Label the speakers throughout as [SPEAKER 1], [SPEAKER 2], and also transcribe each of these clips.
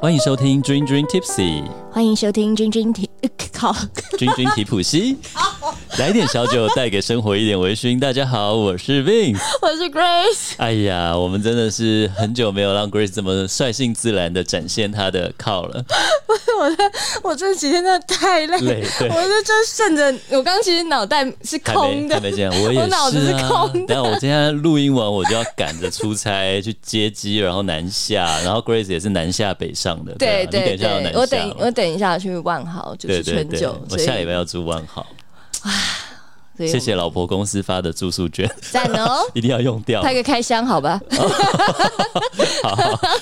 [SPEAKER 1] 欢迎收听 Dream Dream Tipsy
[SPEAKER 2] 欢迎收听君君提 考，
[SPEAKER 1] Dream Dream 提普西，来点小酒，带给生活一点微醺。大家好，我是 Vince。
[SPEAKER 2] 我是 Grace。
[SPEAKER 1] 哎呀，我们真的是很久没有让 Grace 这么率性自然的展现她的靠了。
[SPEAKER 2] 我这几天真的太累，
[SPEAKER 1] 累对
[SPEAKER 2] 我这就顺着我刚刚其实脑袋是
[SPEAKER 1] 还
[SPEAKER 2] 空
[SPEAKER 1] 没
[SPEAKER 2] 的
[SPEAKER 1] 还，没这样，我也
[SPEAKER 2] 我脑子
[SPEAKER 1] 是
[SPEAKER 2] 是
[SPEAKER 1] 啊。
[SPEAKER 2] 空的
[SPEAKER 1] 但我今天录音完，我就要赶着出差去接机，然后南下，然后 Grace 也是南下北上的。
[SPEAKER 2] 对
[SPEAKER 1] 啊
[SPEAKER 2] 对
[SPEAKER 1] 你等一下
[SPEAKER 2] 对，
[SPEAKER 1] 要
[SPEAKER 2] 我
[SPEAKER 1] 南下
[SPEAKER 2] 等
[SPEAKER 1] 嘛。
[SPEAKER 2] 我等一下去万豪，就
[SPEAKER 1] 对
[SPEAKER 2] 是
[SPEAKER 1] 对
[SPEAKER 2] 春
[SPEAKER 1] 对
[SPEAKER 2] 酒，，
[SPEAKER 1] 我
[SPEAKER 2] 所以
[SPEAKER 1] 下礼拜要住万豪，
[SPEAKER 2] 所以
[SPEAKER 1] 谢谢老婆公司发的住宿券，
[SPEAKER 2] 赞哦，
[SPEAKER 1] 一定要用掉。
[SPEAKER 2] 拍个开箱好吧？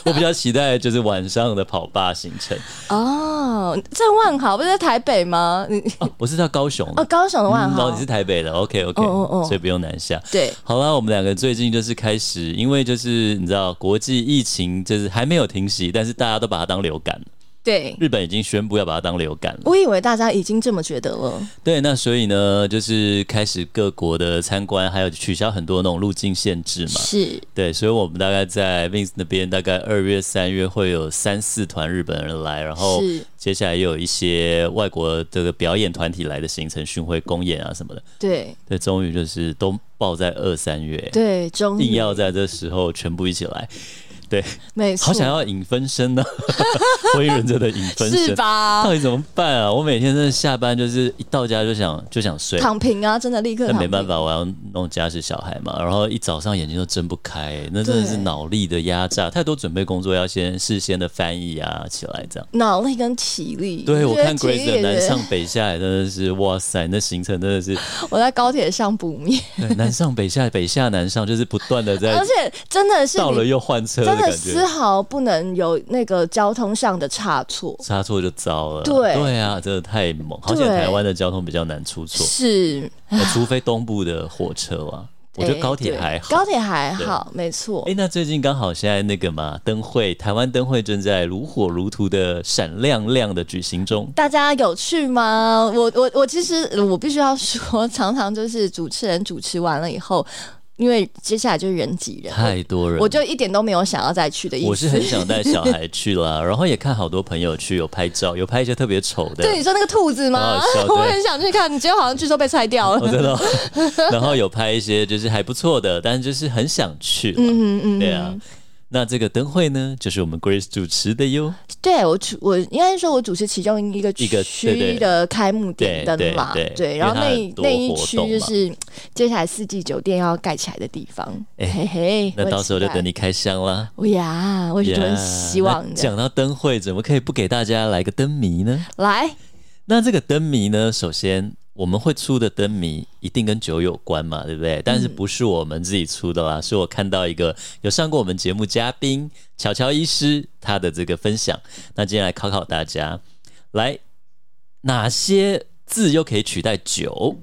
[SPEAKER 1] 我比较期待就是晚上的跑吧行程，
[SPEAKER 2] 哦，在万豪不是在台北吗？你
[SPEAKER 1] 哦我是到高雄
[SPEAKER 2] 哦，
[SPEAKER 1] 的，
[SPEAKER 2] 高雄的
[SPEAKER 1] 嗯
[SPEAKER 2] 万豪
[SPEAKER 1] 哦，你是台北的，OK OK，
[SPEAKER 2] 哦哦哦
[SPEAKER 1] 所以不用南下。
[SPEAKER 2] 对
[SPEAKER 1] 好啦，我们两个最近就是开始，因为就是你知道国际疫情就是还没有停息，但是大家都把它当流感，
[SPEAKER 2] 对，
[SPEAKER 1] 日本已经宣布要把它当流感了。
[SPEAKER 2] 我以为大家已经这么觉得了，
[SPEAKER 1] 对，那所以呢，就是开始各国的参观，还有取消很多那种入境限制嘛。
[SPEAKER 2] 是
[SPEAKER 1] 对，所以我们大概在 Vince 那边，大概二月、三月会有三四团日本人来，然后
[SPEAKER 2] 是
[SPEAKER 1] 接下来也有一些外国这个表演团体来的行程、巡回公演啊什么的。
[SPEAKER 2] 对
[SPEAKER 1] 对，终于就是都报在二三月，
[SPEAKER 2] 对，终
[SPEAKER 1] 硬
[SPEAKER 2] 于
[SPEAKER 1] 要在这时候全部一起来。对，
[SPEAKER 2] 没错，
[SPEAKER 1] 好想要影分身呢、 火影忍者的影分
[SPEAKER 2] 是
[SPEAKER 1] 身。
[SPEAKER 2] 吧
[SPEAKER 1] 到？底怎么办啊？我每天真的下班就是一到家就想就想睡，
[SPEAKER 2] 躺平啊，真的立刻
[SPEAKER 1] 但
[SPEAKER 2] 躺
[SPEAKER 1] 没
[SPEAKER 2] 平。
[SPEAKER 1] 办法，我要弄家事小孩嘛，然后一早上眼睛都睁不开、那真的是
[SPEAKER 2] 对
[SPEAKER 1] 脑力的压榨，太多准备工作要先事先的翻译啊起来这样。
[SPEAKER 2] 脑力跟体力。
[SPEAKER 1] 对，我
[SPEAKER 2] 觉得
[SPEAKER 1] 看
[SPEAKER 2] 体力
[SPEAKER 1] Grace 的
[SPEAKER 2] 也
[SPEAKER 1] 南
[SPEAKER 2] 是
[SPEAKER 1] 上北下也真的是，哇塞，那行程真的是
[SPEAKER 2] 我在高铁上补眠，
[SPEAKER 1] 对南上北下北下南上，就是不断的在
[SPEAKER 2] 而且真的是
[SPEAKER 1] 到了
[SPEAKER 2] 你
[SPEAKER 1] 又换车
[SPEAKER 2] 真
[SPEAKER 1] 感
[SPEAKER 2] 的
[SPEAKER 1] 觉
[SPEAKER 2] 丝，毫不能有那个交通上的差错。
[SPEAKER 1] 差错就糟了。
[SPEAKER 2] 对
[SPEAKER 1] 啊，真的太猛，好险
[SPEAKER 2] 对
[SPEAKER 1] 台湾的交通比较难出 错，
[SPEAKER 2] 是，
[SPEAKER 1] 呃除非东部的火车啊，我觉得
[SPEAKER 2] 哎
[SPEAKER 1] 高铁
[SPEAKER 2] 对
[SPEAKER 1] 还好。
[SPEAKER 2] 高铁还好，没错
[SPEAKER 1] 哎、。那最近刚好现在那个嘛，灯会，台湾灯会正在如火如荼的闪亮亮的举行中。
[SPEAKER 2] 大家有去吗？我我我其实呃我必须要说，常常就是主持人主持完了以后，因为接下来就是人挤人，
[SPEAKER 1] 太多人，
[SPEAKER 2] 我就一点都没有想要再去的意思。
[SPEAKER 1] 我是很想带小孩去啦，然后也看好多朋友去，有拍照，有拍一些特别丑的，
[SPEAKER 2] 对你说那个兔子吗
[SPEAKER 1] 好好笑？对
[SPEAKER 2] 我很想去看，结果好像据说被拆掉了。
[SPEAKER 1] 我真的哦，然后有拍一些就是还不错的，但就是很想去。嗯嗯嗯，对啊。那这个灯会呢，就是我们 Grace 主持的哟。
[SPEAKER 2] 对我主我应该说，我主持其中一个
[SPEAKER 1] 一个
[SPEAKER 2] 区
[SPEAKER 1] 对对
[SPEAKER 2] 域的开幕点灯嘛，
[SPEAKER 1] 对对对因为
[SPEAKER 2] 然后
[SPEAKER 1] 它
[SPEAKER 2] 那
[SPEAKER 1] 很
[SPEAKER 2] 一
[SPEAKER 1] 多
[SPEAKER 2] 那一
[SPEAKER 1] 活
[SPEAKER 2] 区
[SPEAKER 1] 动
[SPEAKER 2] 就
[SPEAKER 1] 嘛
[SPEAKER 2] 是接下来四季酒店要盖起来的地方，嘿嘿，
[SPEAKER 1] 那到时候就等
[SPEAKER 2] 你。
[SPEAKER 1] 你开箱啦。
[SPEAKER 2] 我呀，我也是很
[SPEAKER 1] Yeah，
[SPEAKER 2] 希望
[SPEAKER 1] 那
[SPEAKER 2] 的。
[SPEAKER 1] 讲到灯会，怎么可以不给大家来个灯谜呢？
[SPEAKER 2] 来，
[SPEAKER 1] 那这个灯谜呢，首先我们会出的灯谜一定跟酒有关嘛，对不对？但是不是我们自己出的啦，是我看到一个有上过我们节目嘉宾巧巧医师他的这个分享。那今天来考考大家，来哪些字又可以取代酒？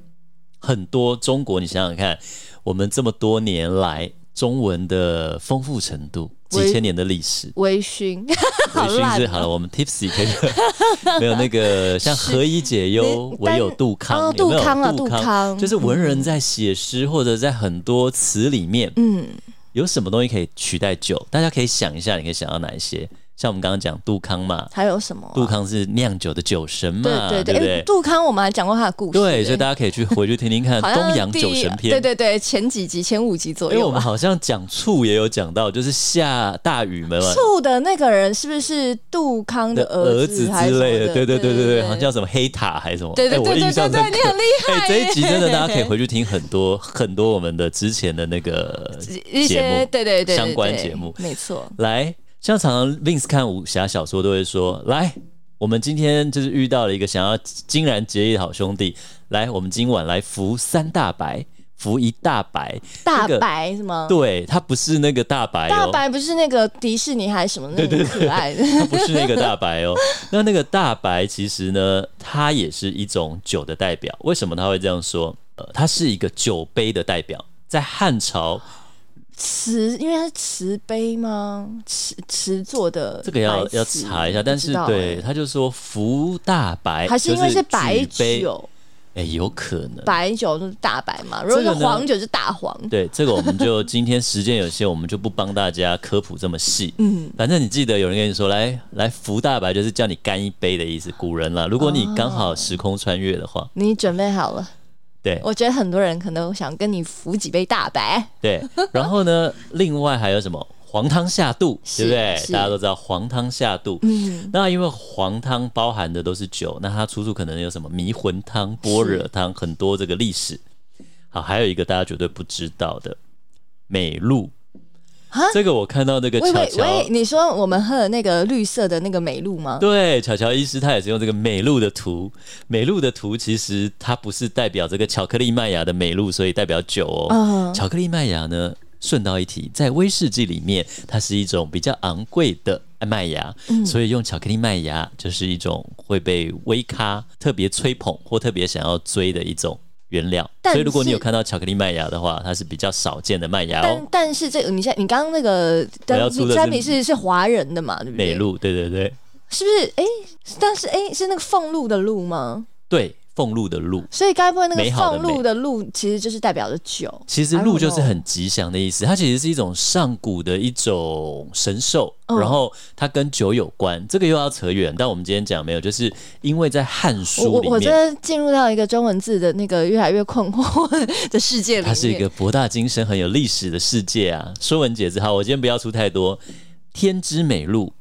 [SPEAKER 1] 很多中国，你想想看，我们这么多年来中文的丰富程度，
[SPEAKER 2] 微
[SPEAKER 1] 几千年的历史，
[SPEAKER 2] 微醺， 好
[SPEAKER 1] 微醺
[SPEAKER 2] 烂
[SPEAKER 1] 是
[SPEAKER 2] 哦
[SPEAKER 1] 好了，我们 tipsy 可以 没有那个像何以解忧
[SPEAKER 2] 你，
[SPEAKER 1] 唯有杜康，
[SPEAKER 2] 哦
[SPEAKER 1] 有没有
[SPEAKER 2] 杜康啊杜康
[SPEAKER 1] 就是文人在写诗或者在很多词里面，
[SPEAKER 2] 嗯，
[SPEAKER 1] 有什么东西可以取代酒？大家可以想一下，你可以想到哪一些？像我们刚刚讲杜康嘛，
[SPEAKER 2] 还有什么啊、
[SPEAKER 1] 杜康是酿酒的酒神嘛，
[SPEAKER 2] 对
[SPEAKER 1] 不
[SPEAKER 2] 对，诶
[SPEAKER 1] 对？
[SPEAKER 2] 杜康我们还讲过他的故事，
[SPEAKER 1] 对，所以
[SPEAKER 2] 诶
[SPEAKER 1] 大家可以去回去听听看
[SPEAKER 2] 好
[SPEAKER 1] 《
[SPEAKER 2] 像
[SPEAKER 1] 东洋
[SPEAKER 2] 第
[SPEAKER 1] 酒神篇》。
[SPEAKER 2] 对对对，前几集前五集左
[SPEAKER 1] 因为我
[SPEAKER 2] 右
[SPEAKER 1] 们
[SPEAKER 2] 吧。
[SPEAKER 1] 好像讲醋也有讲到，就是下大雨嘛，
[SPEAKER 2] 醋的那个人是不是杜康
[SPEAKER 1] 的
[SPEAKER 2] 的
[SPEAKER 1] 儿子
[SPEAKER 2] 还
[SPEAKER 1] 之
[SPEAKER 2] 是什么
[SPEAKER 1] 类的，对对对对对，好像
[SPEAKER 2] 对
[SPEAKER 1] 叫什么黑塔还是什么，
[SPEAKER 2] 对对
[SPEAKER 1] 哎我
[SPEAKER 2] 对
[SPEAKER 1] 印
[SPEAKER 2] 对
[SPEAKER 1] 象
[SPEAKER 2] 对
[SPEAKER 1] 深
[SPEAKER 2] 对，你
[SPEAKER 1] 刻。
[SPEAKER 2] 很厉害
[SPEAKER 1] 哎、
[SPEAKER 2] 耶。
[SPEAKER 1] 这一集真的大家可以回去听很多很多我们的之前的那个
[SPEAKER 2] 一
[SPEAKER 1] 节
[SPEAKER 2] 些
[SPEAKER 1] 目，
[SPEAKER 2] 对对对对
[SPEAKER 1] 相关
[SPEAKER 2] 对
[SPEAKER 1] 节目
[SPEAKER 2] 没错。
[SPEAKER 1] 来，像常常 Vince 看武侠小说都会说，来，我们今天就是遇到了一个想要金然结义的好兄弟，来，我们今晚来扶三大白，扶一大白，
[SPEAKER 2] 大
[SPEAKER 1] 那个
[SPEAKER 2] 白是吗？
[SPEAKER 1] 对，哦他不是那个大白、哦，
[SPEAKER 2] 大白不是那个迪士尼还是什么那个可爱的？
[SPEAKER 1] 它不是那个大白哦。 那那个大白其实呢，它也是一种酒的代表。为什么他会这样说？呃，它是一个酒杯的代表。在汉朝，
[SPEAKER 2] 瓷，因为它是瓷杯吗？瓷瓷做的白瓷，
[SPEAKER 1] 这个要要查一下，
[SPEAKER 2] 我不
[SPEAKER 1] 但
[SPEAKER 2] 知
[SPEAKER 1] 是
[SPEAKER 2] 道
[SPEAKER 1] 对，
[SPEAKER 2] 欸，
[SPEAKER 1] 他就说“福大白”，
[SPEAKER 2] 还是因为
[SPEAKER 1] 就是
[SPEAKER 2] 白
[SPEAKER 1] 举杯，
[SPEAKER 2] 酒，
[SPEAKER 1] 哎、有可能。
[SPEAKER 2] 白酒就是大白嘛，如果是
[SPEAKER 1] 这个呢
[SPEAKER 2] 黄酒就是大黄。
[SPEAKER 1] 对，这个我们就今天时间有限，我们就不帮大家科普这么细。
[SPEAKER 2] 嗯，
[SPEAKER 1] 反正你记得有人跟你说，来来福大白就是叫你干一杯的意思，古人啦。如果你刚好时空穿越的话，
[SPEAKER 2] 你准备好了？
[SPEAKER 1] 对
[SPEAKER 2] 我觉得很多人可能想跟你服几杯大白。
[SPEAKER 1] 对。然后呢，另外还有什么黄汤下肚，对
[SPEAKER 2] 是
[SPEAKER 1] 不对？
[SPEAKER 2] 是
[SPEAKER 1] 大家都知道黄汤下肚。
[SPEAKER 2] 嗯，
[SPEAKER 1] 那因为黄汤包含的都是酒，那它出处可能有什么迷魂汤、般若汤，很多这个历史。好，还有一个大家绝对不知道的美露
[SPEAKER 2] 啊，
[SPEAKER 1] 这个我看到那个
[SPEAKER 2] 喂
[SPEAKER 1] 巧
[SPEAKER 2] 喂
[SPEAKER 1] 巧，
[SPEAKER 2] 喂，你说我们喝的那个绿色的那个美露吗？
[SPEAKER 1] 对，巧巧医师他也是用这个美露的图，美露的图其实它不是代表这个巧克力麦芽的美露，所以代表酒哦。
[SPEAKER 2] 嗯
[SPEAKER 1] 巧克力麦芽呢，顺道一提，在威士忌里面，它是一种比较昂贵的麦芽，
[SPEAKER 2] 嗯
[SPEAKER 1] 所以用巧克力麦芽就是一种会被威咖特别吹捧或特别想要追的一种原料。
[SPEAKER 2] 但
[SPEAKER 1] 所以如果你
[SPEAKER 2] 是
[SPEAKER 1] 有看到巧克力麦芽的话，它是比较少见的麦芽
[SPEAKER 2] 但
[SPEAKER 1] 哦。
[SPEAKER 2] 但是这个，你现在你刚刚那个
[SPEAKER 1] 我要
[SPEAKER 2] 丹
[SPEAKER 1] 出的
[SPEAKER 2] 比
[SPEAKER 1] 是
[SPEAKER 2] 丹比是是华人的嘛，对不对？
[SPEAKER 1] 美露，对对对
[SPEAKER 2] 是不是？哎、但是哎、是那个俸禄的禄吗？
[SPEAKER 1] 对，俸禄的禄。
[SPEAKER 2] 所以该不会那个
[SPEAKER 1] 美好
[SPEAKER 2] 俸
[SPEAKER 1] 的美
[SPEAKER 2] 禄的禄其实就是代表着酒？
[SPEAKER 1] 其实
[SPEAKER 2] I don't
[SPEAKER 1] 鹿就是
[SPEAKER 2] know
[SPEAKER 1] 很吉祥的意思，它其实是一种上古的一种神兽，
[SPEAKER 2] 嗯
[SPEAKER 1] 然后它跟酒有关，这个又要扯远，但我们今天讲没有，就是因为在《汉
[SPEAKER 2] 我
[SPEAKER 1] 书
[SPEAKER 2] 我》我
[SPEAKER 1] 里
[SPEAKER 2] 真
[SPEAKER 1] 面，
[SPEAKER 2] 的进入到一个中文字的那个越来越困惑的世界里面。
[SPEAKER 1] 它是一个博大精深、很有历史的世界啊。说文解字，好，我今天不要出太多。天之美露，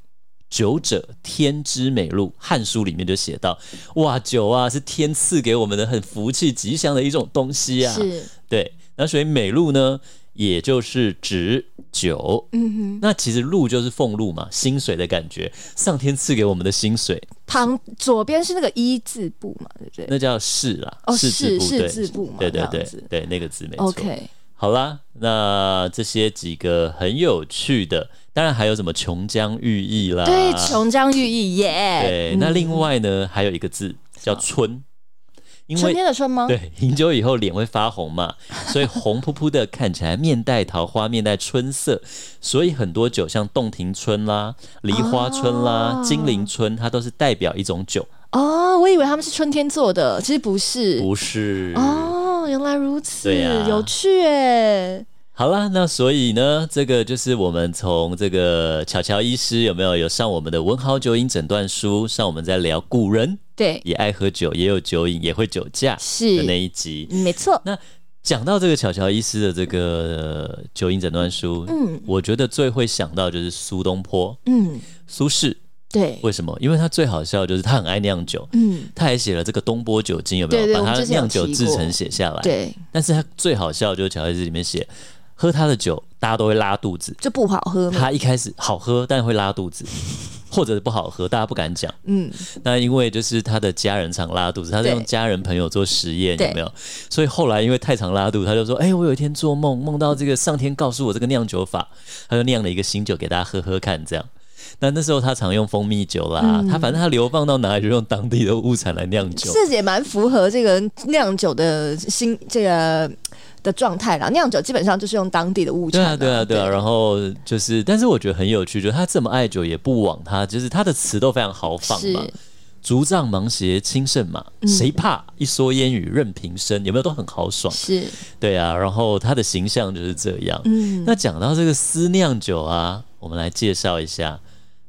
[SPEAKER 1] 酒者天之美露，《汉书》里面就写到，哇，酒啊是天赐给我们的很福气、吉祥的一种东西啊。
[SPEAKER 2] 是，
[SPEAKER 1] 对，那所以美露呢，也就是指酒。
[SPEAKER 2] 嗯哼，
[SPEAKER 1] 那其实禄就是俸禄嘛，薪水的感觉，上天赐给我们的薪水，
[SPEAKER 2] 旁左边是那个一字部嘛，对不对？
[SPEAKER 1] 那叫士啦，
[SPEAKER 2] 哦
[SPEAKER 1] 士字
[SPEAKER 2] 士
[SPEAKER 1] 部，
[SPEAKER 2] 士
[SPEAKER 1] 对
[SPEAKER 2] 字部嘛
[SPEAKER 1] 对对
[SPEAKER 2] 这
[SPEAKER 1] 对
[SPEAKER 2] 样子
[SPEAKER 1] 对，那个字没错。
[SPEAKER 2] OK，
[SPEAKER 1] 好啦，那这些几个很有趣的，当然还有什么琼浆玉液啦，
[SPEAKER 2] 对，琼浆玉液耶。
[SPEAKER 1] 啊对，
[SPEAKER 2] 嗯
[SPEAKER 1] 那另外呢，还有一个字叫春，因
[SPEAKER 2] 春
[SPEAKER 1] 为
[SPEAKER 2] 天的春吗？
[SPEAKER 1] 对，饮酒以后脸会发红 嘛，所以红扑扑的，看起来面带桃花，面带春色。所以很多酒，像洞庭春啦、梨花春啦、
[SPEAKER 2] 哦
[SPEAKER 1] 金陵春，它都是代表一种酒，
[SPEAKER 2] 哦，我以为他们是春天做的，其实不是。
[SPEAKER 1] 不是。
[SPEAKER 2] 哦，原来如此，
[SPEAKER 1] 嗯对呀
[SPEAKER 2] 有趣哎。
[SPEAKER 1] 好啦，那所以呢，这个就是我们从这个巧巧医师有没有有上我们的文豪酒瘾诊断书，上我们在聊古人
[SPEAKER 2] 对，
[SPEAKER 1] 也爱喝酒，也有酒瘾，也会酒驾的那
[SPEAKER 2] 是，
[SPEAKER 1] 一集。
[SPEAKER 2] 没错。
[SPEAKER 1] 那讲到这个巧巧医师的这个呃酒瘾诊断书，
[SPEAKER 2] 嗯
[SPEAKER 1] 我觉得最会想到就是苏东坡，
[SPEAKER 2] 嗯，
[SPEAKER 1] 苏轼。
[SPEAKER 2] 对，
[SPEAKER 1] 为什么？因为他最好笑就是他很爱酿酒，
[SPEAKER 2] 嗯，
[SPEAKER 1] 他还写了这个东坡酒经，有没有？
[SPEAKER 2] 对对我
[SPEAKER 1] 把
[SPEAKER 2] 们
[SPEAKER 1] 他
[SPEAKER 2] 之前有
[SPEAKER 1] 酿酒
[SPEAKER 2] 提
[SPEAKER 1] 制
[SPEAKER 2] 过
[SPEAKER 1] 成写下来。。
[SPEAKER 2] 对，
[SPEAKER 1] 但是他最好笑就是巧巧医师里面写，喝他的酒大家都会拉肚子。
[SPEAKER 2] 就不好喝嘛。
[SPEAKER 1] 他一开始好喝，但会拉肚子，或者是不好喝，大家不敢讲。
[SPEAKER 2] 嗯，
[SPEAKER 1] 那因为就是他的家人常拉肚子，他是
[SPEAKER 2] 对
[SPEAKER 1] 用家人朋友做实验，
[SPEAKER 2] 对
[SPEAKER 1] 有没有？所以后来因为太常拉肚子，他就说：“哎、我有一天做梦，梦到这个上天告诉我这个酿酒法，他就酿了一个新酒给大家喝喝看，这样。”那那时候他常用蜂蜜酒啦，
[SPEAKER 2] 嗯
[SPEAKER 1] 他反正他流放到哪里就用当地的物产来酿酒。
[SPEAKER 2] 这也蛮符合这个酿酒的新这个的状态啦。酿酒基本上就是用当地的物
[SPEAKER 1] 对
[SPEAKER 2] 产、
[SPEAKER 1] 啊，对啊，对啊。然后就是，但是我觉得很有趣，就是他这么爱酒也不枉他，就是他的词都非常豪放嘛
[SPEAKER 2] 是。嗯
[SPEAKER 1] 竹杖芒鞋轻胜马，谁怕？一蓑烟雨任平生，有没有都很豪爽？
[SPEAKER 2] 是，
[SPEAKER 1] 对啊，然后他的形象就是这样。
[SPEAKER 2] 嗯，
[SPEAKER 1] 那讲到这个私酿酒啊，我们来介绍一下，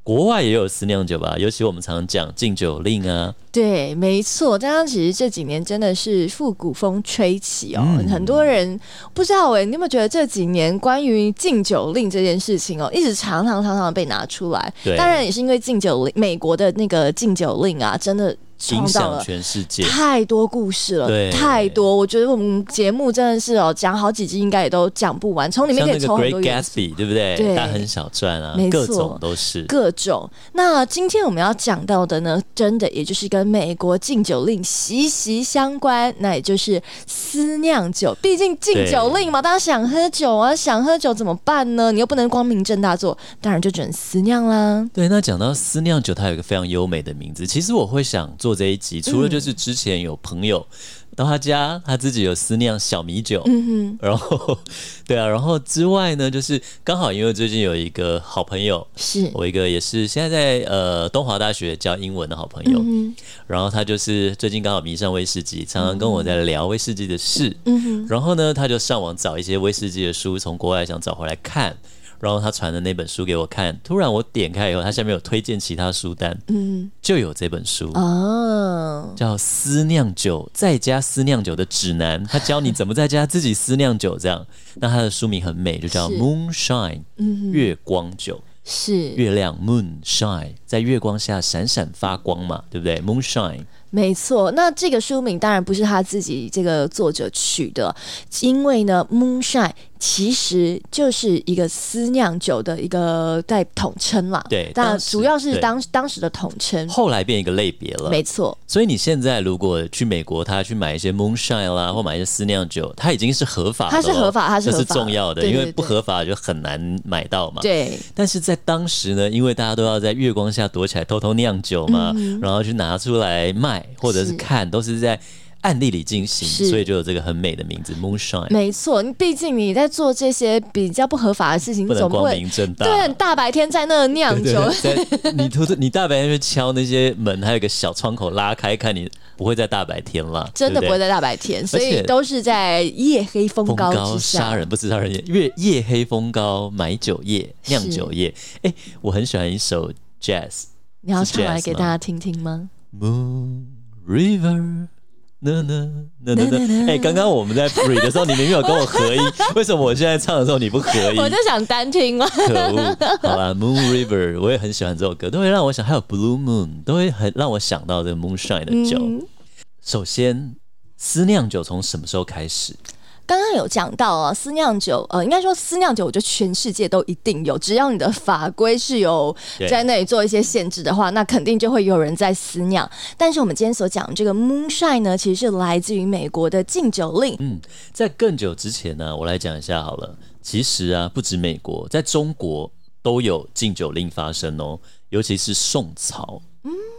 [SPEAKER 1] 国外也有私酿酒吧，尤其我们常讲禁酒令啊，
[SPEAKER 2] 对，没错。但它其实这几年真的是复古风吹起哦，
[SPEAKER 1] 嗯
[SPEAKER 2] 很多人不知道哎、你有没有觉得这几年关于禁酒令这件事情哦，一直常常常常被拿出来？
[SPEAKER 1] 对
[SPEAKER 2] 当然也是因为禁酒令，美国的那个禁酒令啊，真的创
[SPEAKER 1] 影
[SPEAKER 2] 造
[SPEAKER 1] 响
[SPEAKER 2] 了。
[SPEAKER 1] 全世界。
[SPEAKER 2] 太多故事
[SPEAKER 1] 对
[SPEAKER 2] 了，太多。我觉得我们节目真的是哦，讲好几集应该也都讲不完，从里
[SPEAKER 1] 像
[SPEAKER 2] 面可
[SPEAKER 1] 那
[SPEAKER 2] 以
[SPEAKER 1] 个
[SPEAKER 2] 抽很
[SPEAKER 1] Great
[SPEAKER 2] 多元素
[SPEAKER 1] Gatsby，对不对？
[SPEAKER 2] 对
[SPEAKER 1] 大亨小传啊
[SPEAKER 2] 没，
[SPEAKER 1] 各
[SPEAKER 2] 错
[SPEAKER 1] 种都是。
[SPEAKER 2] 各种。那今天我们要讲到的呢，真的也就是跟美国禁酒令息息相关，那也就是私酿酒。毕竟禁酒令嘛，大家想喝酒啊，想喝酒怎么办呢？你又不能光明正大做，当然就只能私酿啦。
[SPEAKER 1] 对，那讲到私酿酒，它有一个非常优美的名字。其实我会想做这一集，除了就是之前有朋友到他家，他自己有私酿小米酒，
[SPEAKER 2] 嗯
[SPEAKER 1] 然后 对啊，然后之外呢，就是刚好因为最近有一个好朋友，
[SPEAKER 2] 哼，是，
[SPEAKER 1] 我一个也是现在在呃东华大学教英文的好朋友，
[SPEAKER 2] 嗯哼，
[SPEAKER 1] 然后他就是最近刚好迷上威士忌，常常跟我在聊威士忌的事。
[SPEAKER 2] 嗯哼，
[SPEAKER 1] 然后呢，他就上网找一些威士忌的书，从国外想找回来看。然后他传的那本书给我看，突然我点开以后，他下面有推荐其他书单，
[SPEAKER 2] 嗯，
[SPEAKER 1] 就有这本书。
[SPEAKER 2] 哦，
[SPEAKER 1] 叫私酿酒在家私酿酒的指南，他教你怎么在家自己私酿酒，这样。那他的书名很美，就叫
[SPEAKER 2] 是嗯
[SPEAKER 1] Moonshine，月光酒，
[SPEAKER 2] 是，
[SPEAKER 1] 月亮 Moonshine 在月光下闪闪发光嘛，对不对？Moonshine，
[SPEAKER 2] 没错。那这个书名当然不是他自己这个作者取的，因为呢，moonshine 其实就是一个私酿酒的一个代统称啦。
[SPEAKER 1] 对
[SPEAKER 2] 但
[SPEAKER 1] 当时
[SPEAKER 2] 主要是
[SPEAKER 1] 对
[SPEAKER 2] 当当时的统称。
[SPEAKER 1] 后来变一个类别了。
[SPEAKER 2] 没错，
[SPEAKER 1] 所以你现在如果去美国，他去买一些 Moonshine 啦，或买一些私酿酒，它已经是合法的
[SPEAKER 2] 它
[SPEAKER 1] 了，
[SPEAKER 2] 是合法它是
[SPEAKER 1] 这是
[SPEAKER 2] 合法的
[SPEAKER 1] 重要的，
[SPEAKER 2] 对
[SPEAKER 1] 因为
[SPEAKER 2] 对
[SPEAKER 1] 不
[SPEAKER 2] 对
[SPEAKER 1] 合法就很难买到嘛。
[SPEAKER 2] 对，
[SPEAKER 1] 但是在当时呢，因为大家都要在月光下躲起来偷偷酿酒嘛，然后去拿出来卖或者是
[SPEAKER 2] 嗯是
[SPEAKER 1] 看，都是在暗地里进行，
[SPEAKER 2] 是
[SPEAKER 1] 所以就有这个很美的名字 Moonshine，
[SPEAKER 2] 没错。你毕竟你在做这些比较不合法的事情，
[SPEAKER 1] 不能
[SPEAKER 2] 你总不
[SPEAKER 1] 光
[SPEAKER 2] 会
[SPEAKER 1] 明正大。
[SPEAKER 2] 对，你大白天在那酿
[SPEAKER 1] 对
[SPEAKER 2] 酒，
[SPEAKER 1] 对，在你偷偷你大白天去敲那些门，还有一个小窗口拉开，看你不会在大白天啦，
[SPEAKER 2] 真的
[SPEAKER 1] 对不
[SPEAKER 2] 不会
[SPEAKER 1] 对。
[SPEAKER 2] 在大白天，所
[SPEAKER 1] 而
[SPEAKER 2] 以
[SPEAKER 1] 且
[SPEAKER 2] 都是在夜黑风
[SPEAKER 1] 风
[SPEAKER 2] 高
[SPEAKER 1] 高
[SPEAKER 2] 之
[SPEAKER 1] 杀
[SPEAKER 2] 下。
[SPEAKER 1] 人不是杀人夜，月夜黑风高，买酒夜酿酒夜。哎、我很喜欢一首 jazz，
[SPEAKER 2] 你要
[SPEAKER 1] 是
[SPEAKER 2] 唱来
[SPEAKER 1] jazz
[SPEAKER 2] 给
[SPEAKER 1] 吗
[SPEAKER 2] 大家听听吗？
[SPEAKER 1] Moon River。呢呢呢呢呢！哎，刚刚我们在 free 的时候，你明明有跟我合音，为什么我现在唱的时候你不合音
[SPEAKER 2] 我？就想单听嘛。
[SPEAKER 1] 可恶！好啦 m o o n River，我也很喜欢这首歌，都会让我想，还有 Blue Moon，都会很让我想到这个 Moonshine 的酒。
[SPEAKER 2] 嗯
[SPEAKER 1] 首先，私酿酒从什么时候开始？
[SPEAKER 2] 刚刚有讲到啊，私酿酒，呃，应该说私酿酒，我觉得全世界都一定有，只要你的法规是有
[SPEAKER 1] 对
[SPEAKER 2] 在那里做一些限制的话，那肯定就会有人在私酿。但是我们今天所讲的这个 moonshine 呢，其实是来自于美国的禁酒令，
[SPEAKER 1] 嗯，在更久之前呢、我来讲一下好了。其实啊，不止美国，在中国都有禁酒令发生哦，尤其是宋朝。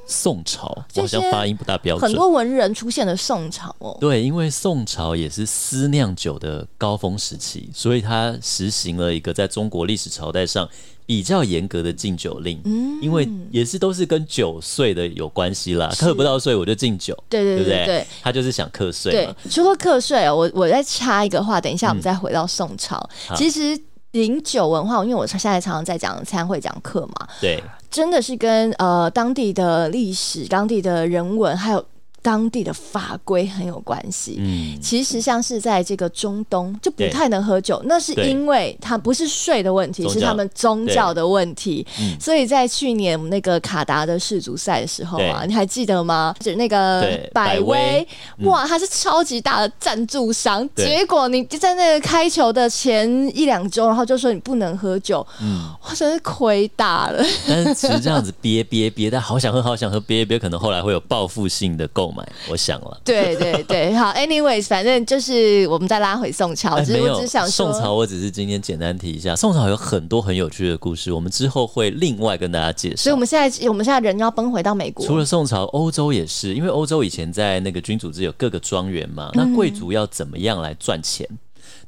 [SPEAKER 1] 宋朝，我好像
[SPEAKER 2] 嗯这些
[SPEAKER 1] 发音不大标
[SPEAKER 2] 很
[SPEAKER 1] 准。
[SPEAKER 2] 多文人出现的宋朝哦，
[SPEAKER 1] 对，因为宋朝也是私酿酒的高峰时期，所以它实行了一个在中国历史朝代上比较严格的禁酒令。
[SPEAKER 2] 嗯
[SPEAKER 1] 因为也是都是跟酒税的有关系啦，克不到税我就禁酒，
[SPEAKER 2] 对对
[SPEAKER 1] 不
[SPEAKER 2] 对
[SPEAKER 1] 对
[SPEAKER 2] 对对
[SPEAKER 1] 他就是想克税
[SPEAKER 2] 对
[SPEAKER 1] 嘛。，
[SPEAKER 2] 除了课税哦，我我再插一个话，等一下我们再回到宋朝。
[SPEAKER 1] 嗯好
[SPEAKER 2] 其实饮酒文化，因为我现在常常在讲参会讲课嘛，
[SPEAKER 1] 对，
[SPEAKER 2] 真的是跟呃当地的历史、当地的人文，还有当地的法规很有关系。
[SPEAKER 1] 嗯，
[SPEAKER 2] 其实像是在这个中东就不
[SPEAKER 1] 对
[SPEAKER 2] 太能喝酒，那是
[SPEAKER 1] 对
[SPEAKER 2] 因为它不是税的问题，
[SPEAKER 1] 宗
[SPEAKER 2] 是
[SPEAKER 1] 教
[SPEAKER 2] 他们宗
[SPEAKER 1] 对
[SPEAKER 2] 教的问题。
[SPEAKER 1] 嗯
[SPEAKER 2] 所以在去年那个卡达的世足赛的时候啊，
[SPEAKER 1] 对
[SPEAKER 2] 你还记得吗？就是那个
[SPEAKER 1] 对
[SPEAKER 2] 百
[SPEAKER 1] 百威嗯
[SPEAKER 2] 哇，他是超级大的赞助商，
[SPEAKER 1] 对
[SPEAKER 2] 结果你就在那个开球的前一两周，然后就说你不能喝酒，
[SPEAKER 1] 嗯
[SPEAKER 2] 哇，真是亏大了。
[SPEAKER 1] 但是其实这样子憋憋憋，但好想喝好想喝憋憋，可能后来会有报复性的购买，我想了。
[SPEAKER 2] 对对对，好，anyways，反正就是我们再拉回宋朝，
[SPEAKER 1] 哎，
[SPEAKER 2] 哦只
[SPEAKER 1] 没
[SPEAKER 2] 是
[SPEAKER 1] 有
[SPEAKER 2] 我只想说，
[SPEAKER 1] 宋朝，我只是今天简单提一下，宋朝有很多很有趣的故事，我们之后会另外跟大家介
[SPEAKER 2] 所
[SPEAKER 1] 绍
[SPEAKER 2] 以我。们现在我们现在人要奔回到美国，
[SPEAKER 1] 除了宋朝，欧洲也是，因为欧洲以前在那个君主制有各个庄园嘛，
[SPEAKER 2] 嗯
[SPEAKER 1] 那贵族要怎么样来赚钱？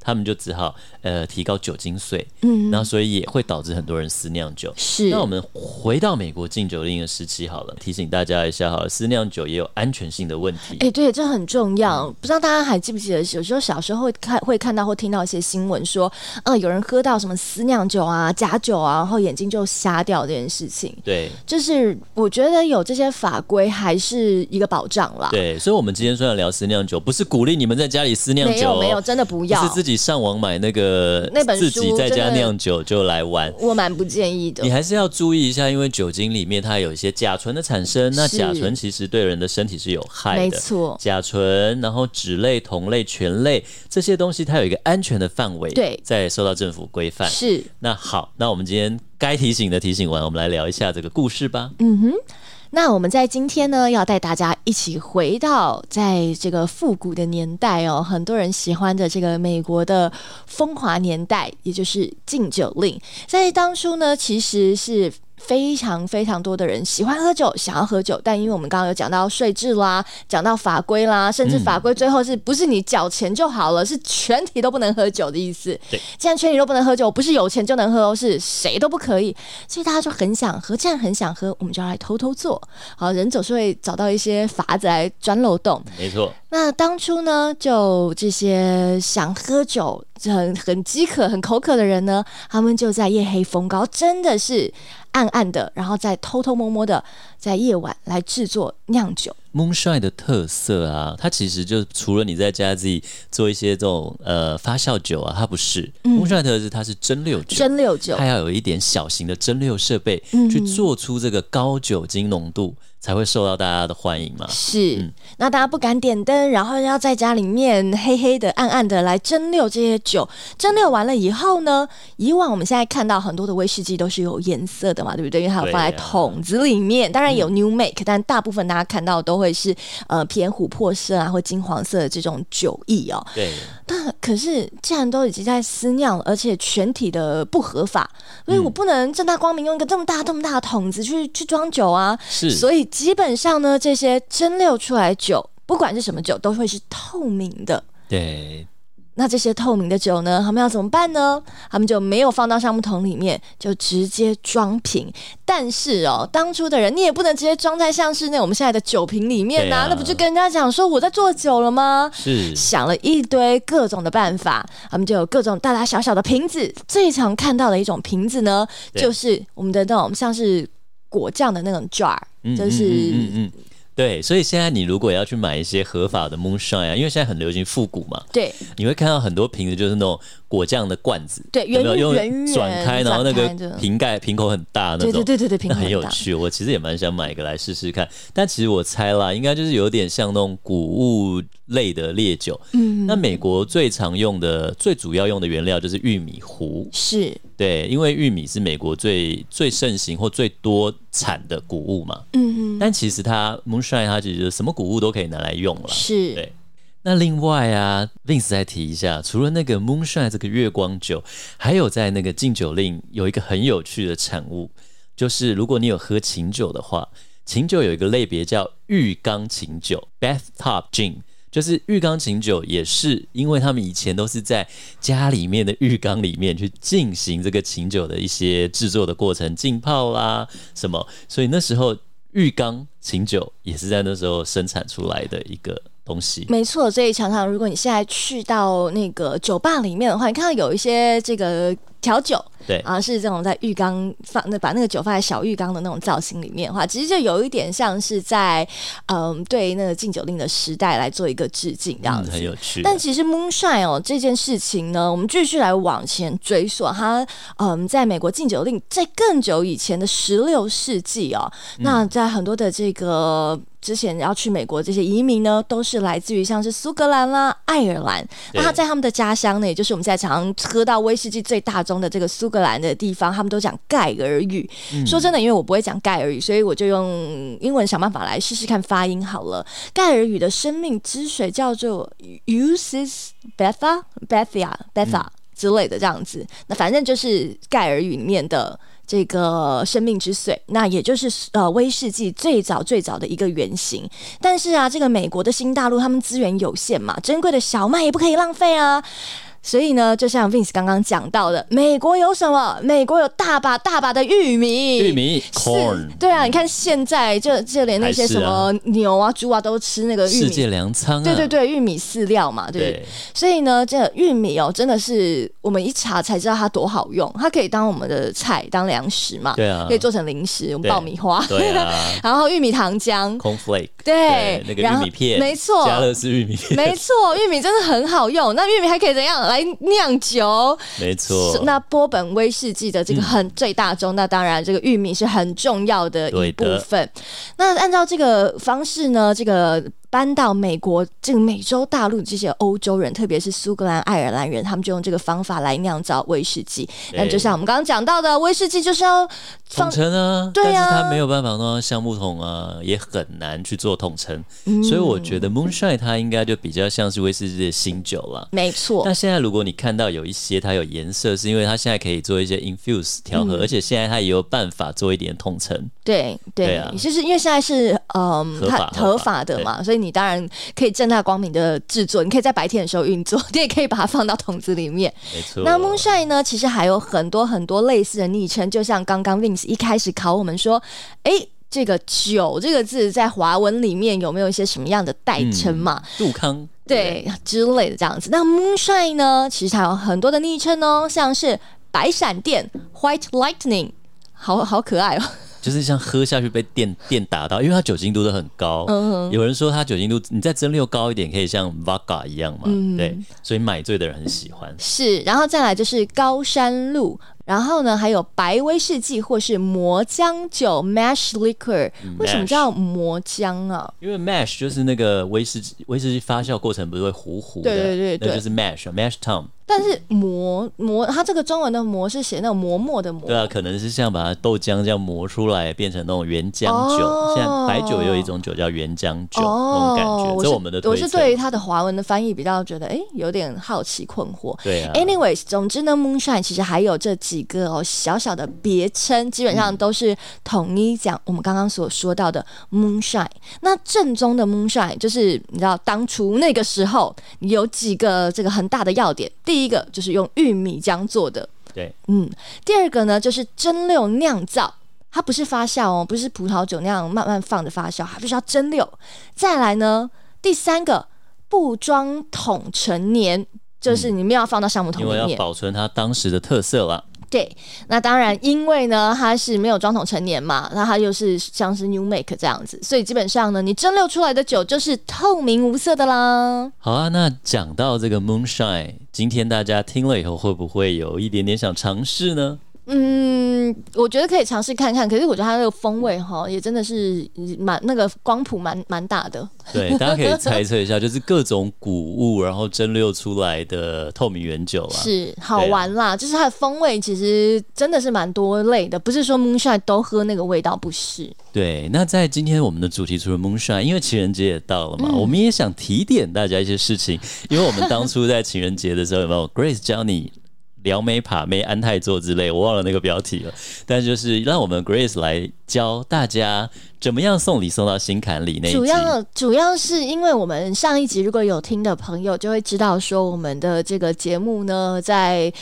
[SPEAKER 1] 他们就只好呃提高酒精税，嗯，然后所以也会导致很多人私酿酒。
[SPEAKER 2] 是
[SPEAKER 1] 那我们回到美国禁酒令的时期好了，提醒大家一下好了，私酿酒也有安全性的问题。
[SPEAKER 2] 哎、对，这很重要。
[SPEAKER 1] 嗯
[SPEAKER 2] 不知道大家还记不记得，有时候小时候会看会看到或听到一些新闻说，呃，有人喝到什么私酿酒啊、假酒啊，然后眼睛就瞎掉这件事情。
[SPEAKER 1] 对
[SPEAKER 2] 就是我觉得有这些法规还是一个保障啦。
[SPEAKER 1] 对，所以，我们今天虽然聊私酿酒，不是鼓励你们在家里私酿
[SPEAKER 2] 没
[SPEAKER 1] 酒哦、
[SPEAKER 2] 有没有，真的不
[SPEAKER 1] 不
[SPEAKER 2] 要
[SPEAKER 1] 是，自己上网买那个
[SPEAKER 2] 那本书
[SPEAKER 1] 自己在家
[SPEAKER 2] 真的
[SPEAKER 1] 酿酒就来玩。
[SPEAKER 2] 我蛮不建议的
[SPEAKER 1] 你。还是要注意一下，因为酒精里面它有一些甲醇的产生，那
[SPEAKER 2] 是
[SPEAKER 1] 甲醇其实对人的身体是有害的。
[SPEAKER 2] 没错，
[SPEAKER 1] 甲醇，然后酯类、酮类、醛类这些东西，它有一个安全的范围，
[SPEAKER 2] 对
[SPEAKER 1] 再受到政府规范。
[SPEAKER 2] 是。
[SPEAKER 1] 那好，那我们今天该提醒的提醒完，我们来聊一下这个故事吧。嗯，
[SPEAKER 2] 那我们在今天呢，要带大家一起回到在这个复古的年代哦，很多人喜欢的这个美国的风华年代，也就是禁酒令，在当初呢，其实是。非常非常多的人喜欢喝酒，想要喝酒，但因为我们刚刚有讲到税制啦，讲到法规啦，甚至法规最后是不是你缴钱就好了，是全体都不能喝酒的意思。
[SPEAKER 1] 对，
[SPEAKER 2] 既然全体都不能喝酒，不是有钱就能喝哦，是谁都不可以，所以大家就很想喝，既然很想喝，我们就要来偷偷做。好，人总是会找到一些法子来钻漏洞。
[SPEAKER 1] 没错，
[SPEAKER 2] 那当初呢，就这些想喝酒、很很饥渴、很口渴的人呢，他们就在夜黑风高，真的是暗暗的，然后再偷偷摸摸的，在夜晚来制作酿酒。
[SPEAKER 1] moonshine 的特色啊，它其实就除了你在家自己做一些这种呃发酵酒啊，它不是、moonshine 的
[SPEAKER 2] 嗯
[SPEAKER 1] 特色，它是蒸馏酒，
[SPEAKER 2] 蒸馏酒
[SPEAKER 1] 它要有一点小型的蒸馏设备、去做出这个高酒精浓度，才会受到大家的欢迎嘛。
[SPEAKER 2] 是，那大家不敢点灯，然后要在家里面黑黑的、暗暗的来蒸馏这些酒。蒸馏完了以后呢，以往我们现在看到很多的威士忌都是有颜色的嘛，对不对？因为它有放在
[SPEAKER 1] 对啊嗯
[SPEAKER 2] 桶子里面，当然有 New Make，、但大部分大家看到都会是呃偏琥珀色啊或金黄色的这种酒意哦。
[SPEAKER 1] 对，
[SPEAKER 2] 但可是既然都已经在私酿了，而且全体的不合法，所
[SPEAKER 1] 嗯
[SPEAKER 2] 以我不能正大光明用一个这么大这么大的桶子去去装酒啊。
[SPEAKER 1] 是，
[SPEAKER 2] 所以基本上呢，这些蒸馏出来的酒，不管是什么酒，都会是透明的。
[SPEAKER 1] 对，
[SPEAKER 2] 那这些透明的酒呢，他们要怎么办呢？他们就没有放到橡木桶里面，就直接装瓶。但是哦，当初的人你也不能直接装在像是那我们现在的酒瓶里面
[SPEAKER 1] 对啊
[SPEAKER 2] 那不就跟人家讲说我在做酒了吗？
[SPEAKER 1] 是，
[SPEAKER 2] 想了一堆各种的办法，他们就有各种大大小小的瓶子。最常看到的一种瓶子呢，
[SPEAKER 1] 对
[SPEAKER 2] 就是我们的那种像是果酱的那种 jar，
[SPEAKER 1] 嗯
[SPEAKER 2] 就是
[SPEAKER 1] 嗯嗯嗯嗯对，所以现在你如果要去买一些合法的 moonshine 啊，因为现在很流行复古嘛，
[SPEAKER 2] 对
[SPEAKER 1] 你会看到很多瓶子就是那种果酱的罐子，
[SPEAKER 2] 对
[SPEAKER 1] 有没有
[SPEAKER 2] 圆圆
[SPEAKER 1] 用
[SPEAKER 2] 圆
[SPEAKER 1] 转开，然后那个
[SPEAKER 2] 转开的
[SPEAKER 1] 瓶盖瓶口很大那种，
[SPEAKER 2] 对对对对对，瓶
[SPEAKER 1] 那
[SPEAKER 2] 口
[SPEAKER 1] 很有
[SPEAKER 2] 大
[SPEAKER 1] 趣，我其实也蛮想买一个来试试看。但其实我猜啦，应该就是有点像那种谷物类的烈酒。
[SPEAKER 2] 嗯，
[SPEAKER 1] 那美国最常用的、最主要用的原料就是玉米糊，
[SPEAKER 2] 是，
[SPEAKER 1] 对，因为玉米是美国最最盛行或最多产的谷物嘛。
[SPEAKER 2] 嗯
[SPEAKER 1] 但其实它 moonshine 它其实什么谷物都可以拿来用了
[SPEAKER 2] 哼，。是，
[SPEAKER 1] 对那另外啊，Vince 再提一下，除了那个 Moonshine 这个月光酒，还有在那个禁酒令有一个很有趣的产物，就是如果你有喝琴酒的话，琴酒有一个类别叫浴缸琴酒 （bathtub gin）。就是浴缸琴酒也是，因为他们以前都是在家里面的浴缸里面去进行这个琴酒的一些制作的过程，浸泡啦什么，所以那时候浴缸琴酒也是在那时候生产出来的一个东西。
[SPEAKER 2] 没错。所以常常如果你现在去到那个酒吧里面的话，你看到有一些这个调酒。
[SPEAKER 1] 对
[SPEAKER 2] 啊，是这种在浴缸放那把那个酒放在小浴缸的那种造型里面的话，其实就有一点像是在嗯对那个禁酒令的时代来做一个致敬这样
[SPEAKER 1] 嗯、
[SPEAKER 2] 子。
[SPEAKER 1] 很有趣啊。
[SPEAKER 2] 但其实 moonshine 哦这件事情呢，我们继续来往前追溯，它嗯，在美国禁酒令在更久以前的十六世纪哦，那在很多的这个。之前要去美国这些移民呢，都是来自于像是苏格兰啦、爱尔兰。那他在他们的家乡呢，也就是我们现在常常喝到威士忌最大宗的这个苏格兰的地方，他们都讲盖尔语。说真的，因为我不会讲盖尔语，所以我就用英文想办法来试试看发音好了。盖尔语的生命之水叫做 Usis Betha Bethia Betha、之类的这样子，那反正就是盖尔语里面的这个生命之水，那也就是呃威士忌最早最早的一个原型。但是啊，这个美国的新大陆他们资源有限嘛，珍贵的小麦也不可以浪费啊。所以呢，就像 Vince 刚刚讲到的，美国有什么？美国有大把大把的玉米，
[SPEAKER 1] 玉米
[SPEAKER 2] 是
[SPEAKER 1] corn，
[SPEAKER 2] 对啊，你看现在就就连那些
[SPEAKER 1] 还是
[SPEAKER 2] 什
[SPEAKER 1] 啊
[SPEAKER 2] 么牛啊、猪啊都吃那个玉
[SPEAKER 1] 世
[SPEAKER 2] 米，
[SPEAKER 1] 界粮仓啊，
[SPEAKER 2] 对对对，玉米饲料嘛，对。
[SPEAKER 1] 对
[SPEAKER 2] 所以呢，这个玉米哦，真的是我们一查才知道它多好用，它可以当我们的菜当粮食嘛，
[SPEAKER 1] 对啊
[SPEAKER 2] 可以做成零食，我们
[SPEAKER 1] 对
[SPEAKER 2] 爆米花，
[SPEAKER 1] 对 啊
[SPEAKER 2] 然后玉米糖浆，
[SPEAKER 1] ，corn flake，
[SPEAKER 2] 对
[SPEAKER 1] 那个
[SPEAKER 2] 然
[SPEAKER 1] 玉
[SPEAKER 2] 后
[SPEAKER 1] 米片，
[SPEAKER 2] 没错
[SPEAKER 1] 加乐是玉米片，
[SPEAKER 2] 没错，玉米真的很好用。那玉米还可以怎样来酿酒？
[SPEAKER 1] 没
[SPEAKER 2] 是
[SPEAKER 1] 错，
[SPEAKER 2] 那波本威士忌的这个很最大宗，那当然这个玉米是很重要的一部分。那按照这个方式呢，这个搬到美国这个美洲大陆这些欧洲人，特别是苏格兰、爱尔兰人，他们就用这个方法来酿造威士忌。
[SPEAKER 1] 对
[SPEAKER 2] 那就像我们刚刚讲到的，威士忌就是要
[SPEAKER 1] 统
[SPEAKER 2] 放
[SPEAKER 1] 称啊，
[SPEAKER 2] 对啊
[SPEAKER 1] 但是它没有办法弄到橡木桶啊，也很难去做统称，
[SPEAKER 2] 嗯
[SPEAKER 1] 所以我觉得 moonshine 它应该就比较像是威士忌的新酒了。
[SPEAKER 2] 没错
[SPEAKER 1] 那，现在如果你看到有一些它有颜色，是因为它现在可以做一些 infuse 调
[SPEAKER 2] 嗯
[SPEAKER 1] 和，而且现在它也有办法做一点统称。
[SPEAKER 2] 对
[SPEAKER 1] 对
[SPEAKER 2] 对
[SPEAKER 1] 啊，
[SPEAKER 2] 就是因为现在是嗯，
[SPEAKER 1] 合
[SPEAKER 2] 它
[SPEAKER 1] 法合
[SPEAKER 2] 合
[SPEAKER 1] 法
[SPEAKER 2] 法的嘛，所以你当然可以正大光明的制作，你可以在白天的时候运作，你也可以把它放到桶子里面。
[SPEAKER 1] 没错，
[SPEAKER 2] 那 moonshine 呢，其实还有很多很多类似的昵称，就像刚刚 Vince 一开始考我们说，诶，这个“酒”这个字在华文里面有没有一些什么样的代称嘛？
[SPEAKER 1] 杜康
[SPEAKER 2] 嗯对之类的这样子。那 moonshine 呢，其实它有很多的昵称哦，像是白闪电 （White Lightning），好好可爱哦。
[SPEAKER 1] 就是像喝下去被电电打到，因为它酒精度都很高。
[SPEAKER 2] 嗯
[SPEAKER 1] 有人说它酒精度，你再蒸馏高一点，可以像 vodka 一样嘛。
[SPEAKER 2] 嗯
[SPEAKER 1] 对，所以买醉的人很喜欢。
[SPEAKER 2] 是，然后再来就是高山露。然后呢，还有白威士忌或是磨浆酒 （mash liquor），为什么
[SPEAKER 1] mash
[SPEAKER 2] 叫嗯磨浆啊？
[SPEAKER 1] 因为 mash 就是那个威士忌，威士忌发酵过程不是会糊糊的，
[SPEAKER 2] 对对对对哦
[SPEAKER 1] 那就是 mash 啊 mash tun。
[SPEAKER 2] 但是磨磨，它这个中文的磨是写那种磨墨的磨，
[SPEAKER 1] 对啊，可能是像把豆浆这样磨出来，变成那种原浆酒。
[SPEAKER 2] 哦
[SPEAKER 1] 现在白酒也有一种酒叫原浆酒、
[SPEAKER 2] 哦，
[SPEAKER 1] 啊那种感觉，
[SPEAKER 2] 是
[SPEAKER 1] 这我们的推
[SPEAKER 2] 我
[SPEAKER 1] 测
[SPEAKER 2] 是对于它的华文的翻译比较觉得，哎，有点好奇困惑。
[SPEAKER 1] 对啊
[SPEAKER 2] Anyways，总之呢，moonshine 其实还有这几个哦小小的别称，基本上都是统一讲我们刚刚所说到的 moonshine。那正宗的 moonshine 就是你知道当初那个时候有几个这个很大的要点，第一个就是用玉米浆做的，
[SPEAKER 1] 对
[SPEAKER 2] 嗯，第二个呢就是蒸馏酿造，它不是发酵哦，不是葡萄酒那样慢慢放着发酵，它必须要蒸馏。再来呢，第三个布装桶陈年，就是你们要放到橡木桶
[SPEAKER 1] 因为
[SPEAKER 2] 里
[SPEAKER 1] 要
[SPEAKER 2] 面。
[SPEAKER 1] 保存它当时的特色啦。
[SPEAKER 2] 对，那当然，因为呢它是没有装桶陈年嘛，那它又是像是 new make 这样子，所以基本上呢，你蒸馏出来的酒就是透明无色的啦。
[SPEAKER 1] 好啊，那讲到这个 moonshine，今天大家听了以后会不会有一点点想尝试 呢？
[SPEAKER 2] 嗯，我觉得可以尝试看看，可是我觉得它那个风味哈，也真的是蛮那个光谱蛮蛮大的。
[SPEAKER 1] 对，大家可以猜测一下，就是各种谷物然后蒸馏出来的透明原酒啊。
[SPEAKER 2] 是好玩啦，就是它的风味其实真的是蛮多类的，不是说 moonshine 都喝那个味道，不是。
[SPEAKER 1] 对，那在今天我们的主题除了 moonshine，因为情人节也到了嘛，
[SPEAKER 2] 嗯
[SPEAKER 1] 我们也想提点大家一些事情，因为我们当初在情人节的时候，有没有 Grace 教你？撩妹、把妹、安泰座之类，我忘了那个标题了。但就是让我们 Grace 来教大家怎么样送礼送到心坎里那一集。
[SPEAKER 2] 主要主要是因为我们上一集如果有听的朋友就会知道说，我们的这个节目呢，在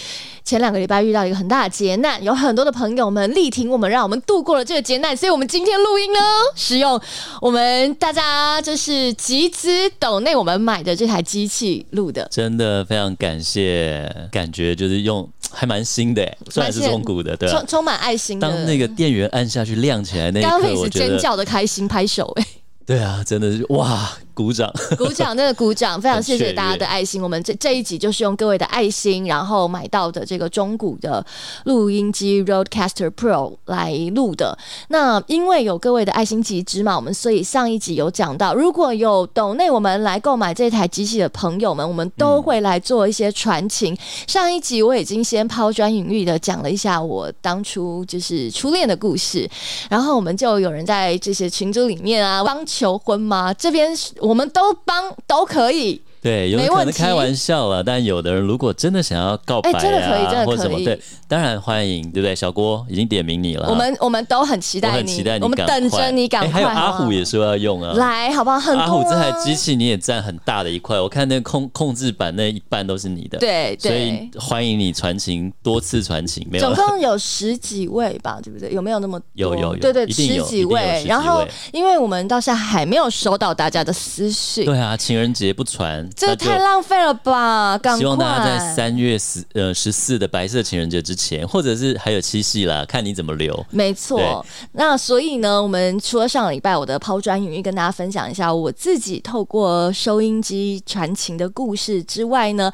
[SPEAKER 2] 前两个礼拜遇到一个很大的劫难，有很多的朋友们力挺我们，让我们度过了这个劫难，所以我们今天录音呢，使用我们大家就是集资抖内我们买的这台机器录的。
[SPEAKER 1] 真的非常感谢，感觉就是用还蛮新的欸，虽然是中古的，对吧、啊
[SPEAKER 2] 充充满爱心的，
[SPEAKER 1] 当那个电源按下去亮起来那一
[SPEAKER 2] 刚
[SPEAKER 1] 刻，
[SPEAKER 2] 开
[SPEAKER 1] 我
[SPEAKER 2] 始
[SPEAKER 1] 觉
[SPEAKER 2] 尖
[SPEAKER 1] 得
[SPEAKER 2] 叫的开心拍手、哎，
[SPEAKER 1] 对啊，真的是哇，鼓掌！
[SPEAKER 2] 鼓掌，真的鼓掌，非常谢
[SPEAKER 1] 很雀
[SPEAKER 2] 谢
[SPEAKER 1] 跃
[SPEAKER 2] 大家的爱心。我们这这一集就是用各位的爱心，然后买到的这个中古的录音机 Roadcaster Pro 来录的。那因为有各位的爱心集资嘛，我们所以上一集有讲到，如果有抖内我们来购买这台机器的朋友们，我们都会来做一些传情。上一集我已经先抛砖引玉的讲了一下我当初就是初恋的故事，然后我们就有人在这些群组里面啊帮求婚吗？这边是我们都帮都可以，
[SPEAKER 1] 对，有人
[SPEAKER 2] 没
[SPEAKER 1] 可
[SPEAKER 2] 问
[SPEAKER 1] 能
[SPEAKER 2] 题
[SPEAKER 1] 开玩笑了，但有的人如果真的想要告白啊，
[SPEAKER 2] 哎真的可以真的
[SPEAKER 1] 或者什么，
[SPEAKER 2] 可以
[SPEAKER 1] 对，当然欢迎，对不对？小郭已经点名你了，
[SPEAKER 2] 我们我们都很期
[SPEAKER 1] 啊我
[SPEAKER 2] 待
[SPEAKER 1] 很
[SPEAKER 2] 你，
[SPEAKER 1] 期待你
[SPEAKER 2] 我们
[SPEAKER 1] 赶快，
[SPEAKER 2] 等着你赶
[SPEAKER 1] 哎
[SPEAKER 2] 快、啊
[SPEAKER 1] 还有阿虎也说要用啊，
[SPEAKER 2] 来，好不好？很多、啊、
[SPEAKER 1] 阿虎这台机器你也占很大的一块，我看那控控制板那一半都是你的，
[SPEAKER 2] 对
[SPEAKER 1] 啊所
[SPEAKER 2] 对
[SPEAKER 1] 以。欢迎你传情，多次传情，没有
[SPEAKER 2] 总
[SPEAKER 1] 啦。
[SPEAKER 2] 共有十几位吧，对不对？有没有那么多？
[SPEAKER 1] 有有有
[SPEAKER 2] 对对，
[SPEAKER 1] 一定有
[SPEAKER 2] 十几
[SPEAKER 1] 一定有
[SPEAKER 2] 位
[SPEAKER 1] 十几。位
[SPEAKER 2] 然后，因为我们到现在还没有收到大家的私 讯，
[SPEAKER 1] 对啊，情人节不传，
[SPEAKER 2] 这
[SPEAKER 1] 那
[SPEAKER 2] 个
[SPEAKER 1] 就
[SPEAKER 2] 太浪费了吧！赶快，
[SPEAKER 1] 希望大家在三月十呃十四的白色情人节之前，或者是还有七夕啦，看你怎么留。
[SPEAKER 2] 没
[SPEAKER 1] 对
[SPEAKER 2] 错，那所以呢，我们除了上礼拜我的抛砖引玉跟大家分享一下我自己透过收音机传情的故事之外呢，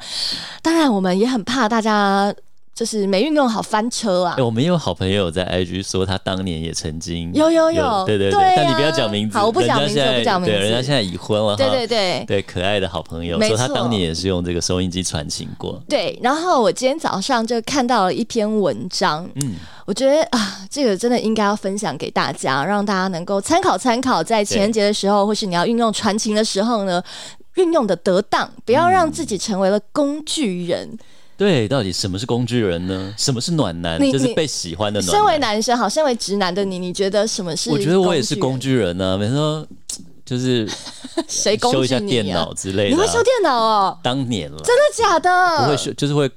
[SPEAKER 2] 当然我们也很怕大家就是没运动好翻车啊
[SPEAKER 1] 哎、。我们也有好朋友在 IG 说，他当年也曾经
[SPEAKER 2] 有有有
[SPEAKER 1] 对对
[SPEAKER 2] 对呀
[SPEAKER 1] 但你不要讲名字，
[SPEAKER 2] 好我不讲名字
[SPEAKER 1] 人家现在
[SPEAKER 2] 我不讲名字
[SPEAKER 1] 对，人家现在已婚了哈，
[SPEAKER 2] 对对对
[SPEAKER 1] 对，可爱的好朋友
[SPEAKER 2] 没
[SPEAKER 1] 说他
[SPEAKER 2] 错
[SPEAKER 1] 当年也是用这个收音机传情过，
[SPEAKER 2] 对，然后我今天早上就看到了一篇文章，
[SPEAKER 1] 嗯，
[SPEAKER 2] 我觉得啊，这个真的应该要分享给大家，让大家能够参考参考，在情人节的时候，或是你要运用传情的时候呢，运用的得当，不要
[SPEAKER 1] 嗯
[SPEAKER 2] 让自己成为了工具人。
[SPEAKER 1] 对，到底什么是工具人呢？什么是暖男？
[SPEAKER 2] 你
[SPEAKER 1] 就是
[SPEAKER 2] 你
[SPEAKER 1] 被喜欢的暖
[SPEAKER 2] 身为男生，好，身为直男的你，你觉得什么是？
[SPEAKER 1] 我觉得我也是工，具人呢、啊，每天都就是
[SPEAKER 2] 谁工具
[SPEAKER 1] 修
[SPEAKER 2] 你、啊？
[SPEAKER 1] 一下电脑之类
[SPEAKER 2] 你
[SPEAKER 1] 的、
[SPEAKER 2] 会
[SPEAKER 1] 啊
[SPEAKER 2] 修。电脑哦？
[SPEAKER 1] 当年了，
[SPEAKER 2] 真的假的？
[SPEAKER 1] 不会修，就是会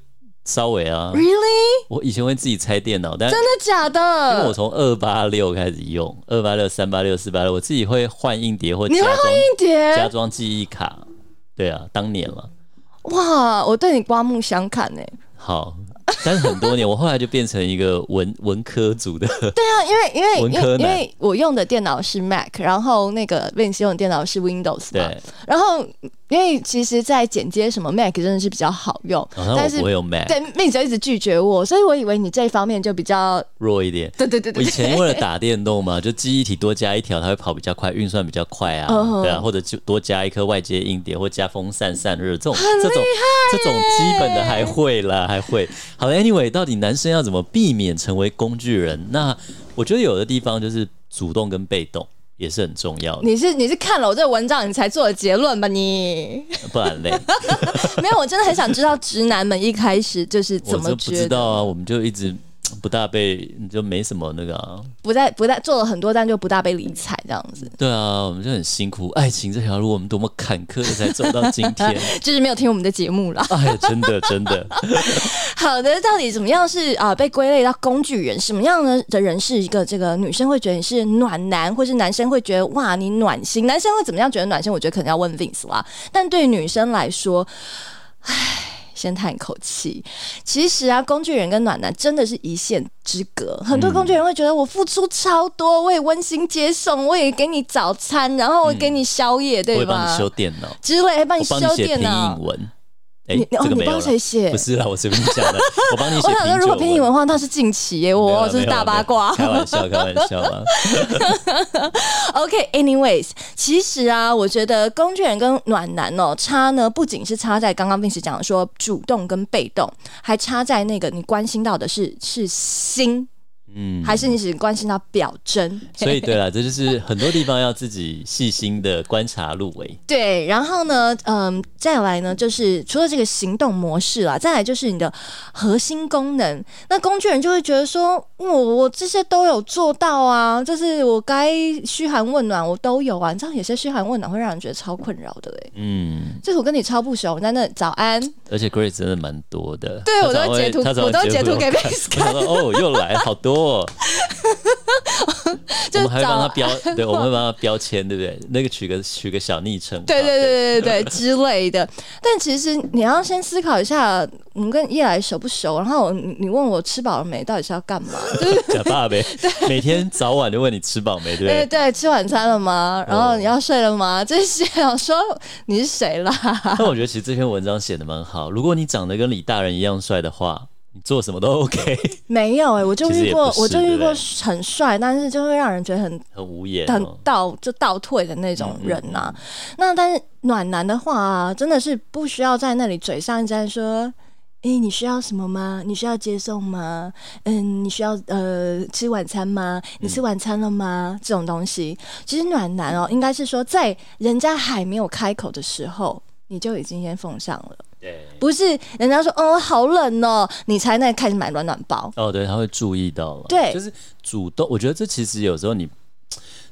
[SPEAKER 1] 稍微啊。
[SPEAKER 2] ，really？
[SPEAKER 1] 我以前会自己拆电脑，但
[SPEAKER 2] 真的假
[SPEAKER 1] 因为我
[SPEAKER 2] 的？
[SPEAKER 1] 从二八六开始用，二八六、三八六、四八六，我自己会换硬碟或加
[SPEAKER 2] 你会
[SPEAKER 1] 装
[SPEAKER 2] 换硬
[SPEAKER 1] 加
[SPEAKER 2] 碟？
[SPEAKER 1] 装记忆卡。对啊，当年了，
[SPEAKER 2] 哇，我对你刮目相看欸呢、
[SPEAKER 1] 好，但是很多年，我后来就变成一个文文科组 的，
[SPEAKER 2] 对啊，因为因为
[SPEAKER 1] 文
[SPEAKER 2] 因
[SPEAKER 1] 科
[SPEAKER 2] 为
[SPEAKER 1] 男
[SPEAKER 2] 因为我用的电脑是 Mac，然后那个魏西用的电脑是 Windows 嘛
[SPEAKER 1] 对，，
[SPEAKER 2] 然后因为其实，在剪接什么 Mac 真的是比较好用，
[SPEAKER 1] 然后
[SPEAKER 2] 但
[SPEAKER 1] 我
[SPEAKER 2] 是
[SPEAKER 1] 不会用 Mac，
[SPEAKER 2] 对 Mac 就一直拒绝我，所以我以为你这一方面就比较
[SPEAKER 1] 弱一点。
[SPEAKER 2] 对对对
[SPEAKER 1] 我
[SPEAKER 2] 对
[SPEAKER 1] 以前为了打电动嘛，就记忆体多加一条，它会跑比较快，运算比较快啊
[SPEAKER 2] 嗯哼
[SPEAKER 1] 对啊，或者就多加一颗外接硬碟，或加风扇散热，这种这种这种基本的还会啦，还会。好了，anyway，到底男生要怎么避免成为工具人？那我觉得有的地方就是主动跟被动也是很重要的，
[SPEAKER 2] 你是你是看了我这个文章你才做的结论 吧你？
[SPEAKER 1] 不然 嘞，
[SPEAKER 2] 没有，我真的很想知道直男们一开始就是
[SPEAKER 1] 我
[SPEAKER 2] 怎么
[SPEAKER 1] 就不
[SPEAKER 2] 觉
[SPEAKER 1] 知道
[SPEAKER 2] 得
[SPEAKER 1] 啊，我们就一直。不大被就没什么那个啊，
[SPEAKER 2] 不再不再做了很多，但就不大被理睬这样子，
[SPEAKER 1] 对啊，我们就很辛苦，爱情这条路我们多么坎坷才走到今 天，
[SPEAKER 2] 就是没有听我们的节目啦。
[SPEAKER 1] 哎呀，真的真的，
[SPEAKER 2] 好的，到底怎么样是啊、被归类到工具人？什么样的的人是一个这个女生会觉得你是暖男，或是男生会觉得哇你暖心？男生会怎么样觉得暖心？我觉得可能要问 Vince 啦。但对于女生来说，唉。先叹一口气，其实啊，工具人跟暖男真的是一线之隔。很多工具人会觉得我付出超多，我也温馨接送，我也给你早餐，然后我给你宵
[SPEAKER 1] 嗯
[SPEAKER 2] 夜，
[SPEAKER 1] 我
[SPEAKER 2] 对
[SPEAKER 1] 会帮
[SPEAKER 2] 吧
[SPEAKER 1] 你？修电脑，
[SPEAKER 2] 之类，帮你
[SPEAKER 1] 我
[SPEAKER 2] 修
[SPEAKER 1] 帮你写
[SPEAKER 2] 电
[SPEAKER 1] 拼
[SPEAKER 2] 脑
[SPEAKER 1] 音。文。哎、
[SPEAKER 2] 你哦
[SPEAKER 1] 这，个
[SPEAKER 2] 你
[SPEAKER 1] 没有
[SPEAKER 2] 帮
[SPEAKER 1] 了，
[SPEAKER 2] 谁写？
[SPEAKER 1] 不是啦，啊我随便讲 的，我帮你写
[SPEAKER 2] 我想
[SPEAKER 1] 拼
[SPEAKER 2] 说，
[SPEAKER 1] 音。
[SPEAKER 2] 如果拼音文，的话，那是近期耶，
[SPEAKER 1] 没有
[SPEAKER 2] 我
[SPEAKER 1] 啦
[SPEAKER 2] 这是
[SPEAKER 1] 没有啦
[SPEAKER 2] 大八卦
[SPEAKER 1] 没。有啦开玩笑，开玩笑啊。
[SPEAKER 2] OK，anyways，、其实啊，我觉得工具人跟暖男哦，差呢不仅是差在刚刚 Vince 讲的说主动跟被动，还差在那个你关心到的是是心，
[SPEAKER 1] 嗯，
[SPEAKER 2] 还是你只关心到表征。
[SPEAKER 1] 所以对啦，这就是很多地方要自己细心的观察入微。
[SPEAKER 2] 对，然后呢，嗯，再来呢，就是除了这个行动模式啦，再来就是你的核心功能。那工具人就会觉得说，我我这些都有做到啊，就是我该嘘寒问暖我都有啊。你知道有些嘘寒问暖会让人觉得超困扰的哎、
[SPEAKER 1] 嗯，
[SPEAKER 2] 就是我跟你超不熟，在那早安，
[SPEAKER 1] 而且 Grace 真的蛮多的，
[SPEAKER 2] 对
[SPEAKER 1] 她
[SPEAKER 2] 我
[SPEAKER 1] 常
[SPEAKER 2] 都
[SPEAKER 1] 会
[SPEAKER 2] 截图
[SPEAKER 1] 她常
[SPEAKER 2] 我
[SPEAKER 1] 会
[SPEAKER 2] 都截 图给
[SPEAKER 1] 我看
[SPEAKER 2] Grace
[SPEAKER 1] 我说哦，又来好多、哦，
[SPEAKER 2] 就
[SPEAKER 1] 我们还会帮
[SPEAKER 2] 早
[SPEAKER 1] 他标， 对，我们会帮他标签，对不对？那个取个取个小昵称，
[SPEAKER 2] 对对对对对对之类的。但其实你要先思考一下，我们跟叶来熟不熟？然后你你问我吃饱了没，到底是要干嘛？
[SPEAKER 1] 假爸 呗，每天早晚就问你吃饱没，对不对？
[SPEAKER 2] 对对，吃晚餐了吗？然后
[SPEAKER 1] 哦
[SPEAKER 2] 你要睡了吗？这些想说你是谁啦？
[SPEAKER 1] 但我觉得其实这篇文章写的蛮好。如果你长得跟李大人一样帅的话，你做什么都 OK，
[SPEAKER 2] 没有哎、我就
[SPEAKER 1] 其实
[SPEAKER 2] 遇
[SPEAKER 1] 也
[SPEAKER 2] 过
[SPEAKER 1] 不，是
[SPEAKER 2] 我就遇
[SPEAKER 1] 对
[SPEAKER 2] 过
[SPEAKER 1] 不
[SPEAKER 2] 很帅，但是就会让人觉得很
[SPEAKER 1] 很无言、
[SPEAKER 2] 很
[SPEAKER 1] 哦。
[SPEAKER 2] 倒就倒退的那种人呐、那但是暖男的话、啊，真的是不需要在那里嘴上一直在说。诶、你需要什么吗？你需要接送吗？嗯，你需要呃吃晚餐吗？你吃晚餐了吗？这种东西，其实暖男哦，应该是说在人家还没有开口的时候，你就已经先奉上了，
[SPEAKER 1] 对，
[SPEAKER 2] 不是人家说哦好冷哦，你才那开始买暖暖包。
[SPEAKER 1] 哦，对，他会注意到了。
[SPEAKER 2] 对
[SPEAKER 1] 就是主动。我觉得这其实有时候你。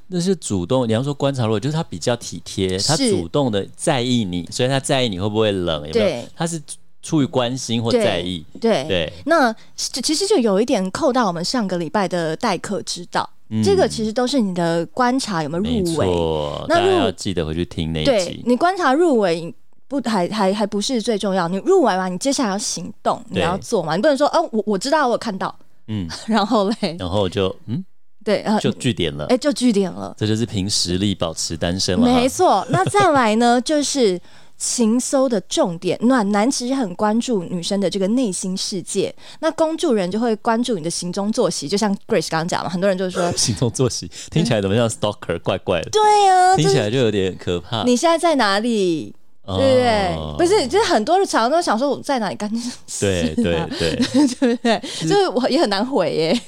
[SPEAKER 1] 那是主动，你要说观察弱，就是他比较体贴，他
[SPEAKER 2] 是
[SPEAKER 1] 主动的在意你，所以他在意你会不会冷，有没有
[SPEAKER 2] 对？
[SPEAKER 1] 他是出于关心或
[SPEAKER 2] 对
[SPEAKER 1] 在意，
[SPEAKER 2] 对，哎
[SPEAKER 1] 对，
[SPEAKER 2] 那这其实就有一点扣到我们上个礼拜的待客之道，这个其实都是你的观察有没有
[SPEAKER 1] 嗯没
[SPEAKER 2] 入围。
[SPEAKER 1] 错，
[SPEAKER 2] 那
[SPEAKER 1] 大
[SPEAKER 2] 入
[SPEAKER 1] 家要记得回去听那一
[SPEAKER 2] 对
[SPEAKER 1] 集。
[SPEAKER 2] 你观察入围不还还还不是最重要，你入围完，你接下来要行动，你
[SPEAKER 1] 对
[SPEAKER 2] 要做嘛，你不能说哦，我我知道我有看到，
[SPEAKER 1] 嗯，
[SPEAKER 2] 然后嘞，
[SPEAKER 1] 然后就嗯，
[SPEAKER 2] 对，呃，
[SPEAKER 1] 就据点了
[SPEAKER 2] 哎、。就据点了，
[SPEAKER 1] 这就是凭实力保持单身了哈。，
[SPEAKER 2] 没错。那再来呢，就是情搜的重点。暖男其实很关注女生的这个内心世界，那公助人就会关注你的行踪作息，就像 Grace 刚刚讲嘛，很多人就说
[SPEAKER 1] 行动作息听起来怎么像 stalker，怪怪的，
[SPEAKER 2] 对啊，
[SPEAKER 1] 听
[SPEAKER 2] 嗯就
[SPEAKER 1] 起
[SPEAKER 2] 是
[SPEAKER 1] 来就啊有点可怕。
[SPEAKER 2] 你现在在哪里？
[SPEAKER 1] 对
[SPEAKER 2] 对不对？不是，就是很多人常常都想说我在哪里干这种
[SPEAKER 1] 对
[SPEAKER 2] 事、
[SPEAKER 1] 哦 对
[SPEAKER 2] 啊，
[SPEAKER 1] 对，
[SPEAKER 2] 对对不对？就是我也很难回耶。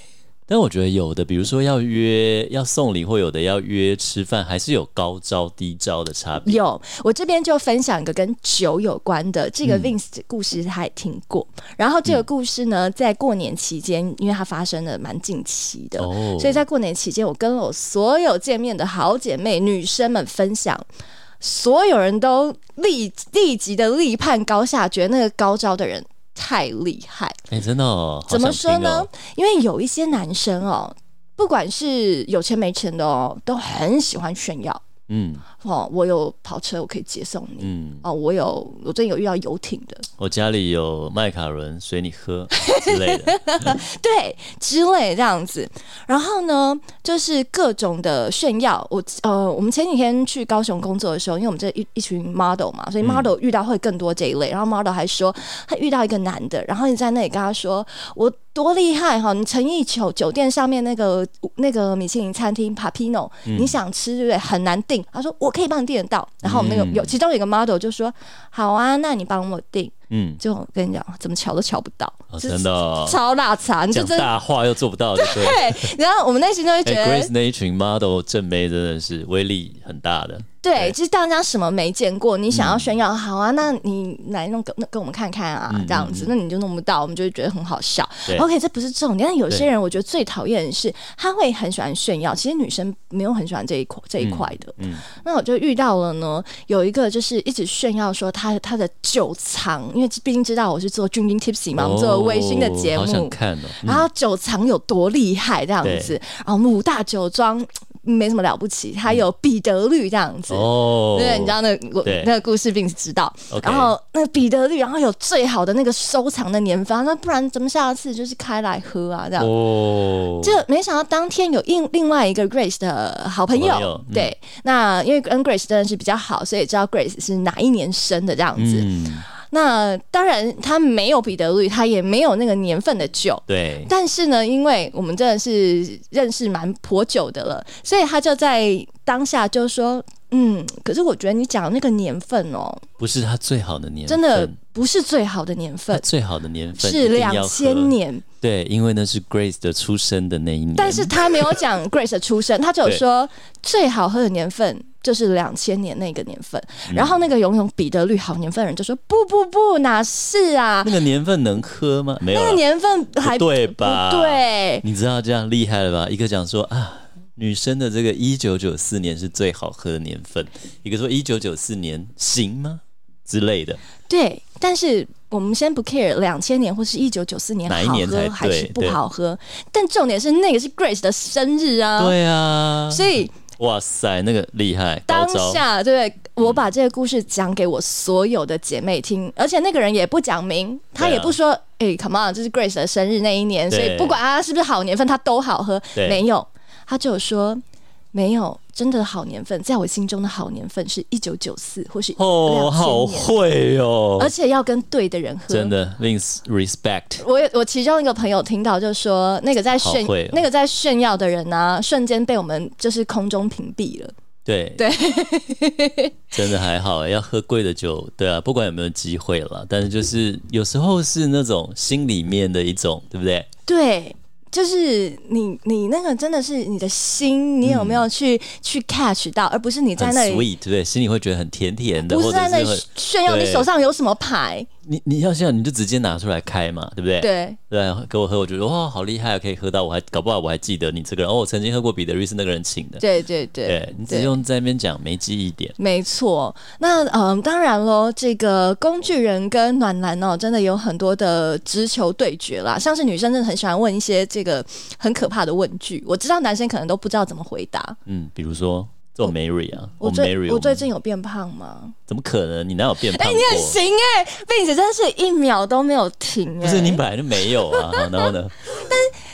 [SPEAKER 1] 但我觉得有的，比如说要约要送礼，或有的要约吃饭，还是有高招低招的差别。
[SPEAKER 2] 有，我这边就分享一个跟酒有关的，这
[SPEAKER 1] 嗯
[SPEAKER 2] 个 Vince 的故事他也听过。然后这个故事呢，在过年期间，因为它发生的蛮近期的，
[SPEAKER 1] 哦，
[SPEAKER 2] 所以在过年期间，我跟了我所有见面的好姐妹、女生们分享，所有人都立立即的立判高下，觉得那个高招的人太厉害。
[SPEAKER 1] 哎、真的、哦，好
[SPEAKER 2] 怎么
[SPEAKER 1] 想
[SPEAKER 2] 说
[SPEAKER 1] 听
[SPEAKER 2] 呢
[SPEAKER 1] 哦？？
[SPEAKER 2] 因为有一些男生哦，不管是有钱没钱的哦，都很喜欢炫耀
[SPEAKER 1] 嗯
[SPEAKER 2] 哦，我有跑车，我可以接送你。
[SPEAKER 1] 嗯，
[SPEAKER 2] 哦，我有，我最近有遇到游艇的，
[SPEAKER 1] 我家里有麦卡伦随你喝之类 的，
[SPEAKER 2] 对，之类这样子。然后呢，就是各种的炫耀。我呃，我们前几天去高雄工作的时候，因为我们这一一群 model 嘛，
[SPEAKER 1] 嗯
[SPEAKER 2] 所以 model 遇到会更多这一类。然后 model 还说，他遇到一个男的，然后你在那里跟他说，我多厉害哈！你诚意酒酒店上面那个那个米其林餐厅 Papino，、你
[SPEAKER 1] 嗯
[SPEAKER 2] 想吃对不对？很难订。他说我可以帮你订得到。然后我们那个有其中有一个 model 就说，好啊，那你帮我订。
[SPEAKER 1] 嗯，
[SPEAKER 2] 就我跟你讲，怎么瞧都瞧不到，
[SPEAKER 1] 哦、
[SPEAKER 2] 这
[SPEAKER 1] 真的、哦，
[SPEAKER 2] 超大茶，你就
[SPEAKER 1] 讲
[SPEAKER 2] 真的
[SPEAKER 1] 大话又做不到，对不对？
[SPEAKER 2] 对，然后我们内心就会觉
[SPEAKER 1] 哎、
[SPEAKER 2] 得，
[SPEAKER 1] g r a c e 那一群 model 正妹真的是威力很大的，
[SPEAKER 2] 对，就是大家什么没见过，你想要炫耀，好啊，那你来弄个那跟我们看看啊，
[SPEAKER 1] 嗯
[SPEAKER 2] 这样子，那你就弄不到，我们就会觉得很好笑
[SPEAKER 1] 对。
[SPEAKER 2] OK，这不是重点，但有些
[SPEAKER 1] 对
[SPEAKER 2] 人我觉得最讨厌的是，他会很喜欢炫耀，其实女生没有很喜欢这一块这一块的。
[SPEAKER 1] 嗯
[SPEAKER 2] 那我就遇到了呢，有一个就是一直炫耀说他他的酒藏，因为毕竟知道我是做军军 Tipsy 嘛，我们做微醺的节
[SPEAKER 1] 哦好
[SPEAKER 2] 目
[SPEAKER 1] 想，看哦。嗯
[SPEAKER 2] 然后酒藏有多厉害这样子，然后我们五大酒庄没什么了不起，它有彼得绿这样
[SPEAKER 1] 嗯
[SPEAKER 2] 子。
[SPEAKER 1] 哦，
[SPEAKER 2] 对，你知道那个我
[SPEAKER 1] 对
[SPEAKER 2] 那个故事并知道，
[SPEAKER 1] OK
[SPEAKER 2] 然后那个彼得绿，然后有最好的那个收藏的年份，那不然咱们下次就是开来喝啊，这样。
[SPEAKER 1] 哦，
[SPEAKER 2] 就没想到当天有另另外一个 Grace 的好朋友，
[SPEAKER 1] 好朋友嗯
[SPEAKER 2] 对，那因为跟 Grace 真的是比较好，所以知道 Grace 是哪一年生的这样子。
[SPEAKER 1] 嗯，
[SPEAKER 2] 那当然他没有彼得绿，他也没有那个年份的酒，
[SPEAKER 1] 对，
[SPEAKER 2] 但是呢，因为我们真的是认识蛮颇久的了，所以他就在当下就说：“嗯，可是我觉得你讲的那个年份哦，
[SPEAKER 1] 不是他最好的年份，
[SPEAKER 2] 真的不是最好的年
[SPEAKER 1] 他
[SPEAKER 2] 份，
[SPEAKER 1] 最好的年份
[SPEAKER 2] 是
[SPEAKER 1] 一定要
[SPEAKER 2] 两千
[SPEAKER 1] 喝
[SPEAKER 2] 年。
[SPEAKER 1] 对，因为那是 Grace 的出生的那一年。
[SPEAKER 2] 但是他没有 讲 Grace 的出身，他只有说最好喝的年份。”就是两千年那个年份，
[SPEAKER 1] 嗯
[SPEAKER 2] 然后那个拥有彼得绿好年份的人就说：“不不不，哪是啊
[SPEAKER 1] 那？个年份能喝吗？没有
[SPEAKER 2] 那
[SPEAKER 1] 啦，
[SPEAKER 2] 个年份还
[SPEAKER 1] 不对吧？
[SPEAKER 2] 不，对，
[SPEAKER 1] 你知道这样厉害了吧？一个讲说啊，女生的这个一九九四年是最好喝的年份，一个说一九九四年行吗之类的，
[SPEAKER 2] 对，但是我们先不 care 两千年或是一九九四年
[SPEAKER 1] 哪一
[SPEAKER 2] 好
[SPEAKER 1] 年才
[SPEAKER 2] 喝还是
[SPEAKER 1] 对
[SPEAKER 2] 不
[SPEAKER 1] 对
[SPEAKER 2] 好喝，但重点是那个是 Grace 的生日啊，
[SPEAKER 1] 对啊，
[SPEAKER 2] 所以
[SPEAKER 1] 哇塞，那个厉害，高嗯
[SPEAKER 2] 当
[SPEAKER 1] 招，
[SPEAKER 2] 下对我把这个故事讲给我所有的姐妹听，而且那个人也不讲明，他
[SPEAKER 1] 对啊
[SPEAKER 2] 也不说，哎、c o m e on，这是 Grace 的生日那一年，所以
[SPEAKER 1] 对
[SPEAKER 2] 不管他是不是好年份，他都好喝，
[SPEAKER 1] 对
[SPEAKER 2] 没有，他只有说没有。真的好年份，在我心中的好年份是一九九四或是
[SPEAKER 1] 哦，好
[SPEAKER 2] 2000年，
[SPEAKER 1] 会
[SPEAKER 2] 而
[SPEAKER 1] 哦，
[SPEAKER 2] 且要跟对的人喝。
[SPEAKER 1] 真的令 respect，
[SPEAKER 2] 我有我其中一个朋友听到就说，那个在炫、
[SPEAKER 1] 好会哦
[SPEAKER 2] 那个在炫耀的人呢、瞬间被我们就是空中屏蔽了。
[SPEAKER 1] 对
[SPEAKER 2] 对，
[SPEAKER 1] 真的还好，要喝贵的酒，对啊，不管有没有机会了，但是就是有时候是那种心里面的一种，对不对？
[SPEAKER 2] 对，就是你你那个真的是你的心，你有没有去、去 catch 到，而不是你
[SPEAKER 1] 嗯
[SPEAKER 2] 在
[SPEAKER 1] 很
[SPEAKER 2] 那里。
[SPEAKER 1] sweet，对不对？心里会觉得很甜甜的，
[SPEAKER 2] 不
[SPEAKER 1] 或
[SPEAKER 2] 是
[SPEAKER 1] 者
[SPEAKER 2] 在那
[SPEAKER 1] 是
[SPEAKER 2] 里
[SPEAKER 1] 很
[SPEAKER 2] 炫耀你
[SPEAKER 1] 对
[SPEAKER 2] 手上有什么牌，
[SPEAKER 1] 你你要这样，你就直接拿出来开嘛，对不对？
[SPEAKER 2] 对
[SPEAKER 1] 对，给我喝，我觉得哇，好厉害，可以喝到，我还搞不好我还记得你这个人。哦，我曾经喝过彼得瑞是那个人请的，
[SPEAKER 2] 对对对，
[SPEAKER 1] 对你只用在那边讲没记忆点，
[SPEAKER 2] 没错，那嗯，当然喽，这个工具人跟暖男哦，真的有很多的直球对决啦。像是女生真的很喜欢问一些这个很可怕的问句，我知道男生可能都不知道怎么回答。
[SPEAKER 1] 嗯，比如说做 Mary 啊，
[SPEAKER 2] 我
[SPEAKER 1] 们 Mary，
[SPEAKER 2] 最我最
[SPEAKER 1] 们
[SPEAKER 2] 近有变胖吗？
[SPEAKER 1] 怎么可能？你哪有变
[SPEAKER 2] 哎、
[SPEAKER 1] 胖
[SPEAKER 2] 你
[SPEAKER 1] 过？
[SPEAKER 2] 很行哎、并且真的是一秒都没有停哎、
[SPEAKER 1] 不是你本来就没有 啊，好然后呢？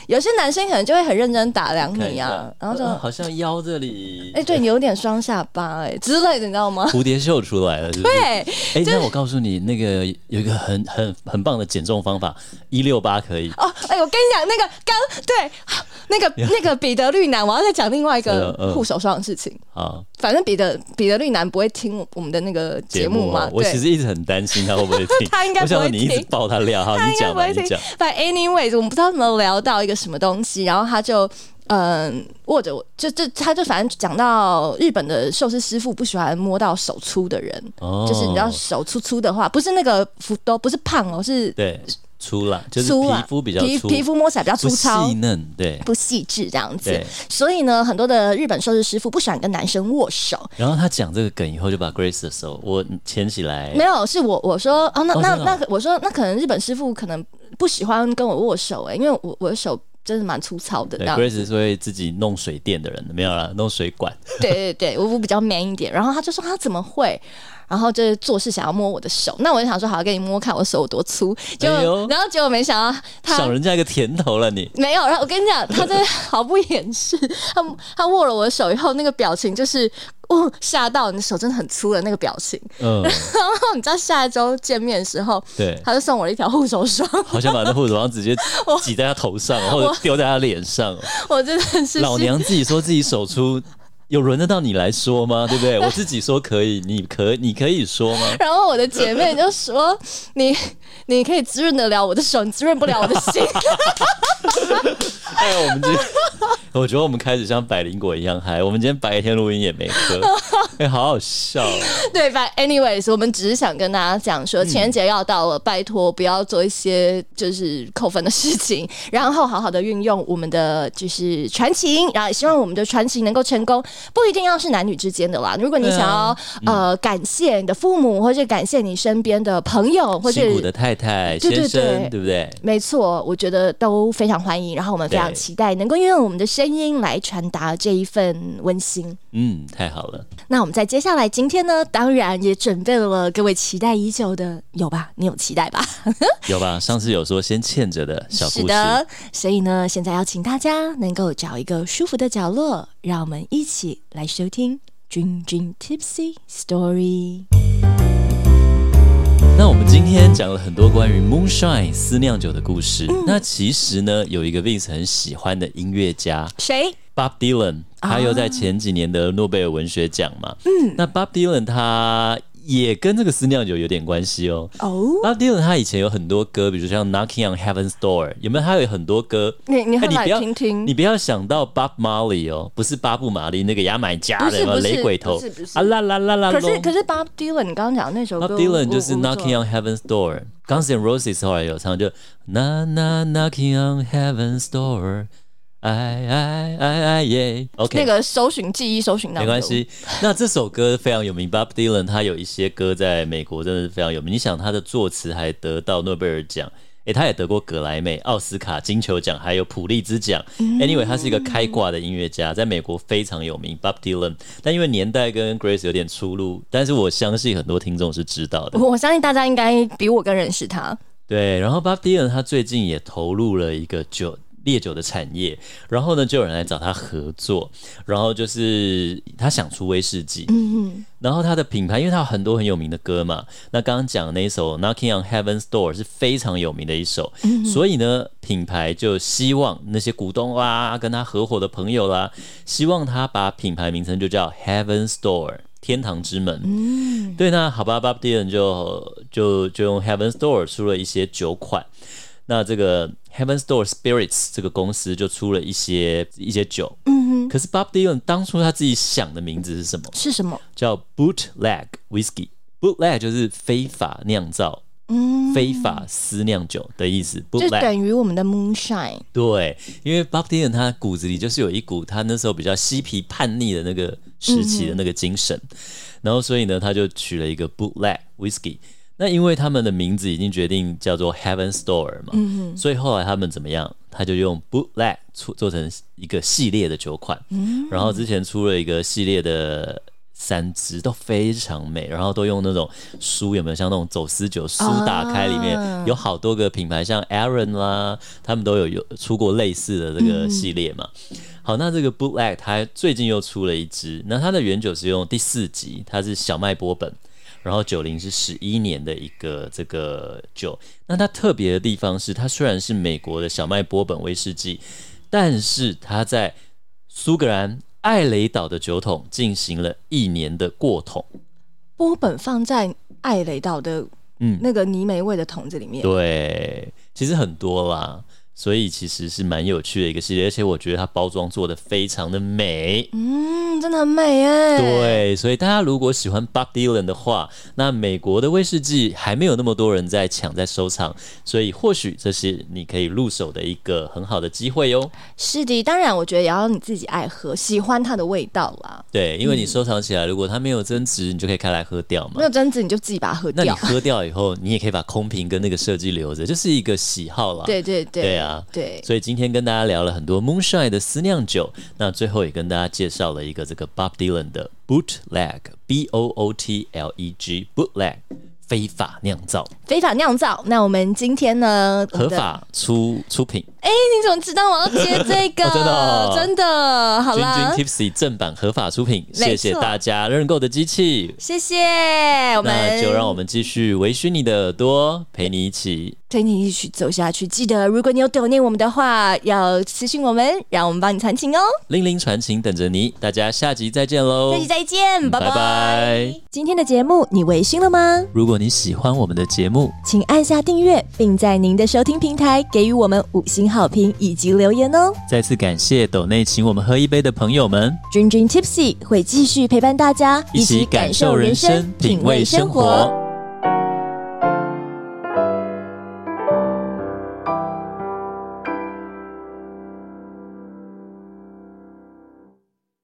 [SPEAKER 2] 有些男生可能就会很认真打量
[SPEAKER 1] 看一
[SPEAKER 2] 你啊
[SPEAKER 1] 下，，
[SPEAKER 2] 然后就
[SPEAKER 1] 呃好像腰这里，
[SPEAKER 2] 哎、对你有点双下巴哎、之类的，你知道吗？
[SPEAKER 1] 蝴蝶袖出来了，是不是？
[SPEAKER 2] 对，
[SPEAKER 1] 哎、那我告诉你，那个有一个很很很棒的减重方法，一六八可以。
[SPEAKER 2] 哦，哎、我跟你讲，那个刚对，那个那个彼得绿男，我要再讲另外一个
[SPEAKER 1] 嗯嗯
[SPEAKER 2] 护手霜的事情。
[SPEAKER 1] 啊，
[SPEAKER 2] 反正彼得彼得绿男不会听我们的那个节目嘛
[SPEAKER 1] 啊，我
[SPEAKER 2] 对
[SPEAKER 1] 其实一直很担心他会不会听。
[SPEAKER 2] 他应该
[SPEAKER 1] 我
[SPEAKER 2] 不会
[SPEAKER 1] 想说你一直
[SPEAKER 2] 听
[SPEAKER 1] 爆他料，好，
[SPEAKER 2] 他
[SPEAKER 1] 你
[SPEAKER 2] 应该
[SPEAKER 1] 讲
[SPEAKER 2] 不
[SPEAKER 1] 吧，
[SPEAKER 2] 会
[SPEAKER 1] 你
[SPEAKER 2] 听
[SPEAKER 1] 讲。。
[SPEAKER 2] 反正 anyways，我们不知道有没有聊到一个什么东西，然后他就嗯握着我，就就他就反正讲到日本的寿司师傅不喜欢摸到手粗的人，
[SPEAKER 1] 哦
[SPEAKER 2] 就是你知道手粗粗的话，不是那个福都不是胖哦，是
[SPEAKER 1] 对，粗啦，就是
[SPEAKER 2] 粗
[SPEAKER 1] 皮
[SPEAKER 2] 啊，
[SPEAKER 1] 肤比较
[SPEAKER 2] 皮
[SPEAKER 1] 粗，
[SPEAKER 2] 皮肤摸起来比较粗
[SPEAKER 1] 不
[SPEAKER 2] 糙
[SPEAKER 1] 细。嫩，对。
[SPEAKER 2] 不细致这样子
[SPEAKER 1] 对，
[SPEAKER 2] 所以呢，很多的日本寿司师傅不喜欢跟男生握手。
[SPEAKER 1] 然后他讲这个梗以后，就把 Grace 的手我牵起来
[SPEAKER 2] 没，有，是我我说哦，那
[SPEAKER 1] 哎哦
[SPEAKER 2] 那
[SPEAKER 1] 真的
[SPEAKER 2] 那
[SPEAKER 1] 哦
[SPEAKER 2] 个，我说那可能日本师傅可能不喜欢跟我握手哎、因为我我的手真的蛮粗糙的，
[SPEAKER 1] 对
[SPEAKER 2] 这样
[SPEAKER 1] ，Grace 是会自己弄水电的人，没有啦，弄水管。
[SPEAKER 2] 对对对，我我比较 man 一点。然后他就说他怎么会，然后就是做事想要摸我的手，那我就想说好，给你摸看我手有多粗，就、
[SPEAKER 1] 哎呦
[SPEAKER 2] 然后结果没想到他
[SPEAKER 1] 赏人家一个甜头了你，
[SPEAKER 2] 没有，然后我跟你讲，他真的毫不掩饰，他他握了我的手以后，那个表情就是哦吓到你的手真的很粗的那个表情。
[SPEAKER 1] 嗯，
[SPEAKER 2] 然后你知道下一周见面的时候，
[SPEAKER 1] 对，
[SPEAKER 2] 他就送我了一条护手霜，
[SPEAKER 1] 好想把那护手霜直接挤在他头上，或者丢在他脸上哦。
[SPEAKER 2] 我真的是
[SPEAKER 1] 老娘自己说自己手出，有轮得到你来说吗？对不对？我自己说可以，你可你可以说吗？
[SPEAKER 2] 然后我的姐妹就说：“ 你你可以滋润得了我的手，你滋润不了我的 心。
[SPEAKER 1] 哎，我们今天 我觉得我们开始像百灵果一样嗨。我们今天白天录音也没喝，哎，好好笑哦。”
[SPEAKER 2] 对吧？Anyways，我们只是想跟大家讲
[SPEAKER 1] 嗯
[SPEAKER 2] 说，情人节要到了，拜托不要做一些就是扣分的事情， 然后好好的运用我们的就是传情，然后也希望我们的传情能够成功，不一定要是男女之间的啦。如果你
[SPEAKER 1] 对啊
[SPEAKER 2] 想要、呃感谢你的父母，或者感谢你身边的朋友，或者
[SPEAKER 1] 辛苦的太太、
[SPEAKER 2] 对对
[SPEAKER 1] 先生，
[SPEAKER 2] 对
[SPEAKER 1] 对不对？
[SPEAKER 2] 没错，我觉得都非常欢迎，然后我们非常
[SPEAKER 1] 对
[SPEAKER 2] 期待能够用我们的声音来传达这一份温馨。
[SPEAKER 1] 嗯，太好了。
[SPEAKER 2] 那我们在接下来今天呢，当然也准备了各位期待已久的，有吧？你有期待 吧？
[SPEAKER 1] 有吧？上次有说先欠着的小
[SPEAKER 2] 是
[SPEAKER 1] 故事，
[SPEAKER 2] 的，所以呢，现在要请大家能够找一个舒服的角落，让我们一起来收听《君君 Tipsy Story》。
[SPEAKER 1] 那我们今天讲了很多关于 Moonshine 私酿酒的故事。
[SPEAKER 2] 嗯
[SPEAKER 1] 那其实呢，有一个 Vince 很喜欢的音乐家
[SPEAKER 2] 谁？
[SPEAKER 1] Bob Dylan，他
[SPEAKER 2] 啊
[SPEAKER 1] 又在前几年得诺贝尔文学奖嘛。嗯，那 Bob Dylan 他也跟这个私酿酒有点关系哦。
[SPEAKER 2] 哦，
[SPEAKER 1] Bob Dylan 他以前有很多歌，比如像 Knocking on Heaven's Door，有没有？他有很多歌。
[SPEAKER 2] 你你
[SPEAKER 1] 哎
[SPEAKER 2] 很
[SPEAKER 1] 你不
[SPEAKER 2] 来
[SPEAKER 1] 要
[SPEAKER 2] 听听，
[SPEAKER 1] 你不要想到 Bob Marley 哦，不是巴布马利那个牙买加
[SPEAKER 2] 不
[SPEAKER 1] 的
[SPEAKER 2] 是
[SPEAKER 1] 有没有
[SPEAKER 2] 不是
[SPEAKER 1] 雷鬼头
[SPEAKER 2] 不是不是
[SPEAKER 1] 啊啦啦啦啦。
[SPEAKER 2] 可是
[SPEAKER 1] 隆
[SPEAKER 2] 可是 Bob Dylan，你刚刚讲的那首歌
[SPEAKER 1] Bob Dylan
[SPEAKER 2] 我
[SPEAKER 1] 就是
[SPEAKER 2] 我不知道
[SPEAKER 1] Knocking on Heaven's Door。Guns N' Roses 后来有唱就 Na Na Knocking on Heaven's Door，哎哎哎哎耶，OK，
[SPEAKER 2] 那个搜寻记忆搜寻到
[SPEAKER 1] 没
[SPEAKER 2] 有
[SPEAKER 1] 关。系。那这首歌非常有名，Bob Dylan 他有一些歌在美国真的是非常有名。你想他的作词还得到诺贝尔奖，诶，他也得过格莱美、奥斯卡、金球奖，还有普利兹奖。Anyway，他是一
[SPEAKER 2] 嗯
[SPEAKER 1] 个开挂的音乐家，在美国非常有名，Bob Dylan。但因为年代跟 Grace 有点出入，但是我相信很多听众是知道的。
[SPEAKER 2] 我我相信大家应该比我更认识他。
[SPEAKER 1] 对，然后 Bob Dylan 他最近也投入了一个酒烈酒的产业，然后呢就有人来找他合作，然后就是他想出威士忌，
[SPEAKER 2] 嗯，
[SPEAKER 1] 然后他的品牌，因为他有很多很有名的歌嘛，那刚刚讲的那一首《Knocking on Heaven's Door》是非常有名的一首，所以呢，品牌就希望那些股东啦、跟他合伙的朋友啦，希望他把品牌名称就叫 Heaven's Door。天堂之门，对，那好吧，Bob Dylan 就就就用 Heaven's Door 出了一些酒款，那这个 Heaven's Door Spirits 这个公司就出了一些一些酒，嗯可是 Bob Dylan 当初他自己想的名字是什么？
[SPEAKER 2] 是什么？
[SPEAKER 1] 叫 bootleg whisky。bootleg 就是非法酿造、
[SPEAKER 2] 嗯，
[SPEAKER 1] 非法私酿酒的意思。
[SPEAKER 2] 就
[SPEAKER 1] bootleg
[SPEAKER 2] 等于我们的 moonshine。
[SPEAKER 1] 对，因为 Bob Dylan 他骨子里就是有一股他那时候比较嬉皮叛逆的那个时期
[SPEAKER 2] 嗯
[SPEAKER 1] 的那个精神，然后所以呢，他就取了一个 bootleg whisky。那因为他们的名字已经决定叫做 Heaven's Door 嘛，所以后来他们怎么样？他就用 bootleg 出做成一个系列的酒款，然后之前出了一个系列的三支都非常美，然后都用那种书有没有像那种走私酒书打开里面、
[SPEAKER 2] 啊
[SPEAKER 1] 有好多个品牌，像 Aaron 啦，他们都有有出过类似的这个系列嘛。好，那这个 bootleg 它最近又出了一支，那它的原酒是用第四级，它是小麦波本。然后九零是十一年的一个这个酒，那它特别的地方是，它虽然是美国的小麦波本威士忌，但是它在苏格兰艾雷岛的酒桶进行了一年的过桶。
[SPEAKER 2] 波本放在艾雷岛的
[SPEAKER 1] 嗯
[SPEAKER 2] 那个泥煤味的桶子里面，
[SPEAKER 1] 对，其实很多啦，所以其实是蛮有趣的一个系列，而且我觉得它包装做的非常的美。
[SPEAKER 2] 嗯，真的很美哎。，
[SPEAKER 1] 对，所以大家如果喜欢 Bob Dylan 的话，那美国的威士忌还没有那么多人在抢在收藏，所以或许这是你可以入手的一个很好的机会哟、
[SPEAKER 2] 是的，当然我觉得也要你自己爱喝，喜欢它的味道啦。
[SPEAKER 1] 对，因为你收藏起来，如果它没有增值，你就可以开来喝掉嘛
[SPEAKER 2] 没。有榛子你就自己把它喝
[SPEAKER 1] 那你
[SPEAKER 2] 嗯掉。
[SPEAKER 1] 喝掉以后，你也可以把空瓶跟那个设计留着，就是一个喜好啦。
[SPEAKER 2] 对对对，
[SPEAKER 1] 对啊，
[SPEAKER 2] 对
[SPEAKER 1] 所以今天跟大家聊了很多 Moonshine 的私酿酒，那最后也跟大家介绍了一个这个 Bob Dylan 的 Bootleg B O O T L E G Bootleg 非法酿造，
[SPEAKER 2] 非法酿造。那我们今天呢？我
[SPEAKER 1] 合
[SPEAKER 2] 们的。
[SPEAKER 1] 法出出品。
[SPEAKER 2] 哎你怎么知道我要接这个？
[SPEAKER 1] 哦真的 哦
[SPEAKER 2] 真的好
[SPEAKER 1] 君
[SPEAKER 2] 啦，
[SPEAKER 1] 君 Tipsy 正版合法出品，
[SPEAKER 2] 错
[SPEAKER 1] 谢谢大家认购的机器。
[SPEAKER 2] 谢谢。我
[SPEAKER 1] 那
[SPEAKER 2] 们
[SPEAKER 1] 就让我们继续微醺你的耳朵，陪你一起。
[SPEAKER 2] 陪你一起走下去。记得，如果你有抖念我们的话，要私信我们，让我们帮你弹琴哦。
[SPEAKER 1] 零零传情等着你，大家下集再见喽
[SPEAKER 2] 下！期再见，拜
[SPEAKER 1] 哦嗯拜拜
[SPEAKER 2] 今天的节目你微醺了吗？
[SPEAKER 1] 如果你喜欢我们的节目，
[SPEAKER 2] 请按下订阅，并在您的收听平台给予我们五星好评以及留言哦。
[SPEAKER 1] 再次感谢斗内请我们喝一杯的朋友们。
[SPEAKER 2] 君君 Tipsy 会继续陪伴大家，
[SPEAKER 1] 一起感受人生，品味生活。